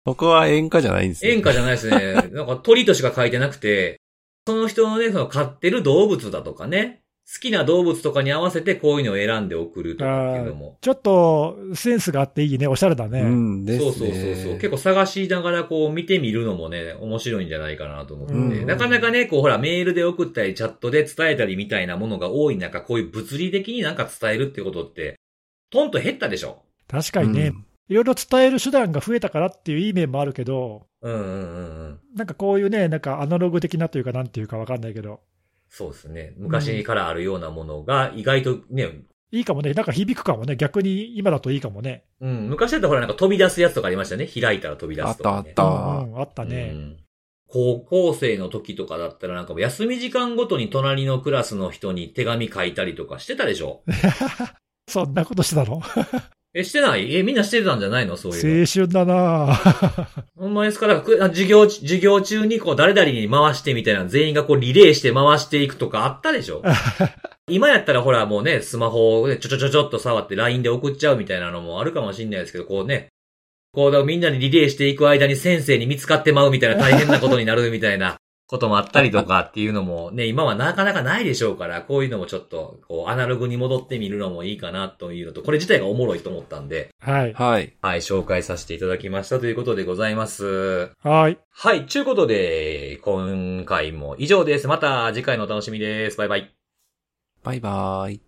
C: 僕は演歌じゃないんですね
A: 演歌じゃないですね。なんか鳥としか書いてなくて、その人のね、その飼ってる動物だとかね、好きな動物とかに合わせてこういうのを選んで送るとかっていうのも。
B: ちょっとセンスがあっていいね。おしゃれだ
C: う
B: ね。
C: ん、です
A: そ
C: ね。
A: うそうそうそう。結構探しながらこう見てみるのもね、面白いんじゃないかなと思って、
B: うん
A: なかなかね、こうほらメールで送ったりチャットで伝えたりみたいなものが多い中、こういう物理的になんか伝えるってことって、トンと減ったでしょ
B: 確かにね。いろいろ伝える手段が増えたからっていういい面もあるけど、
A: うんうんうんうん。
B: なんかこういうね、なんかアナログ的なというか、なんていうかわかんないけど、
A: そうですね。昔からあるようなものが意外とね、
B: いいかもね、なんか響くかもね、逆に今だといいかもね。
A: うん、昔だとほらなんか飛び出すやつとかありましたよね。開いたら飛び出すとか、ね。
C: あったあったあー
B: うんうんあった
A: う
B: ね。
A: ん高校生の時とかだったらなんかもう休み時間ごとに隣のクラスの人に手紙書いたりとかしてたでしょ
B: そんなことしてたの
A: え、してないえ、みんなしてたんじゃないのそういう
B: 青春だなぁ
A: の。ほんまですかだからくあ授業、授業中にこう誰々に回してみたいな、全員がこうリレーして回していくとかあったでしょ今やったらほらもうね、スマホをねちょちょちょちょっと触って LINE で送っちゃうみたいなのもあるかもしれないですけど、こうね、こうだからみんなにリレーしていく間に先生に見つかってまうみたいな大変なことになるみたいなこともあったりとかっていうのもね、今はなかなかないでしょうから、こういうのもちょっと、こうアナログに戻ってみるのもいいかなというのと、これ自体がおもろいと思ったんで、
B: はい。
C: はい。
A: はい、紹介させていただきましたということでございます。
B: はい。
A: はい、ちゅうことで、今回も以上です。また次回のお楽しみです。バイバイ。
C: バイバーイ。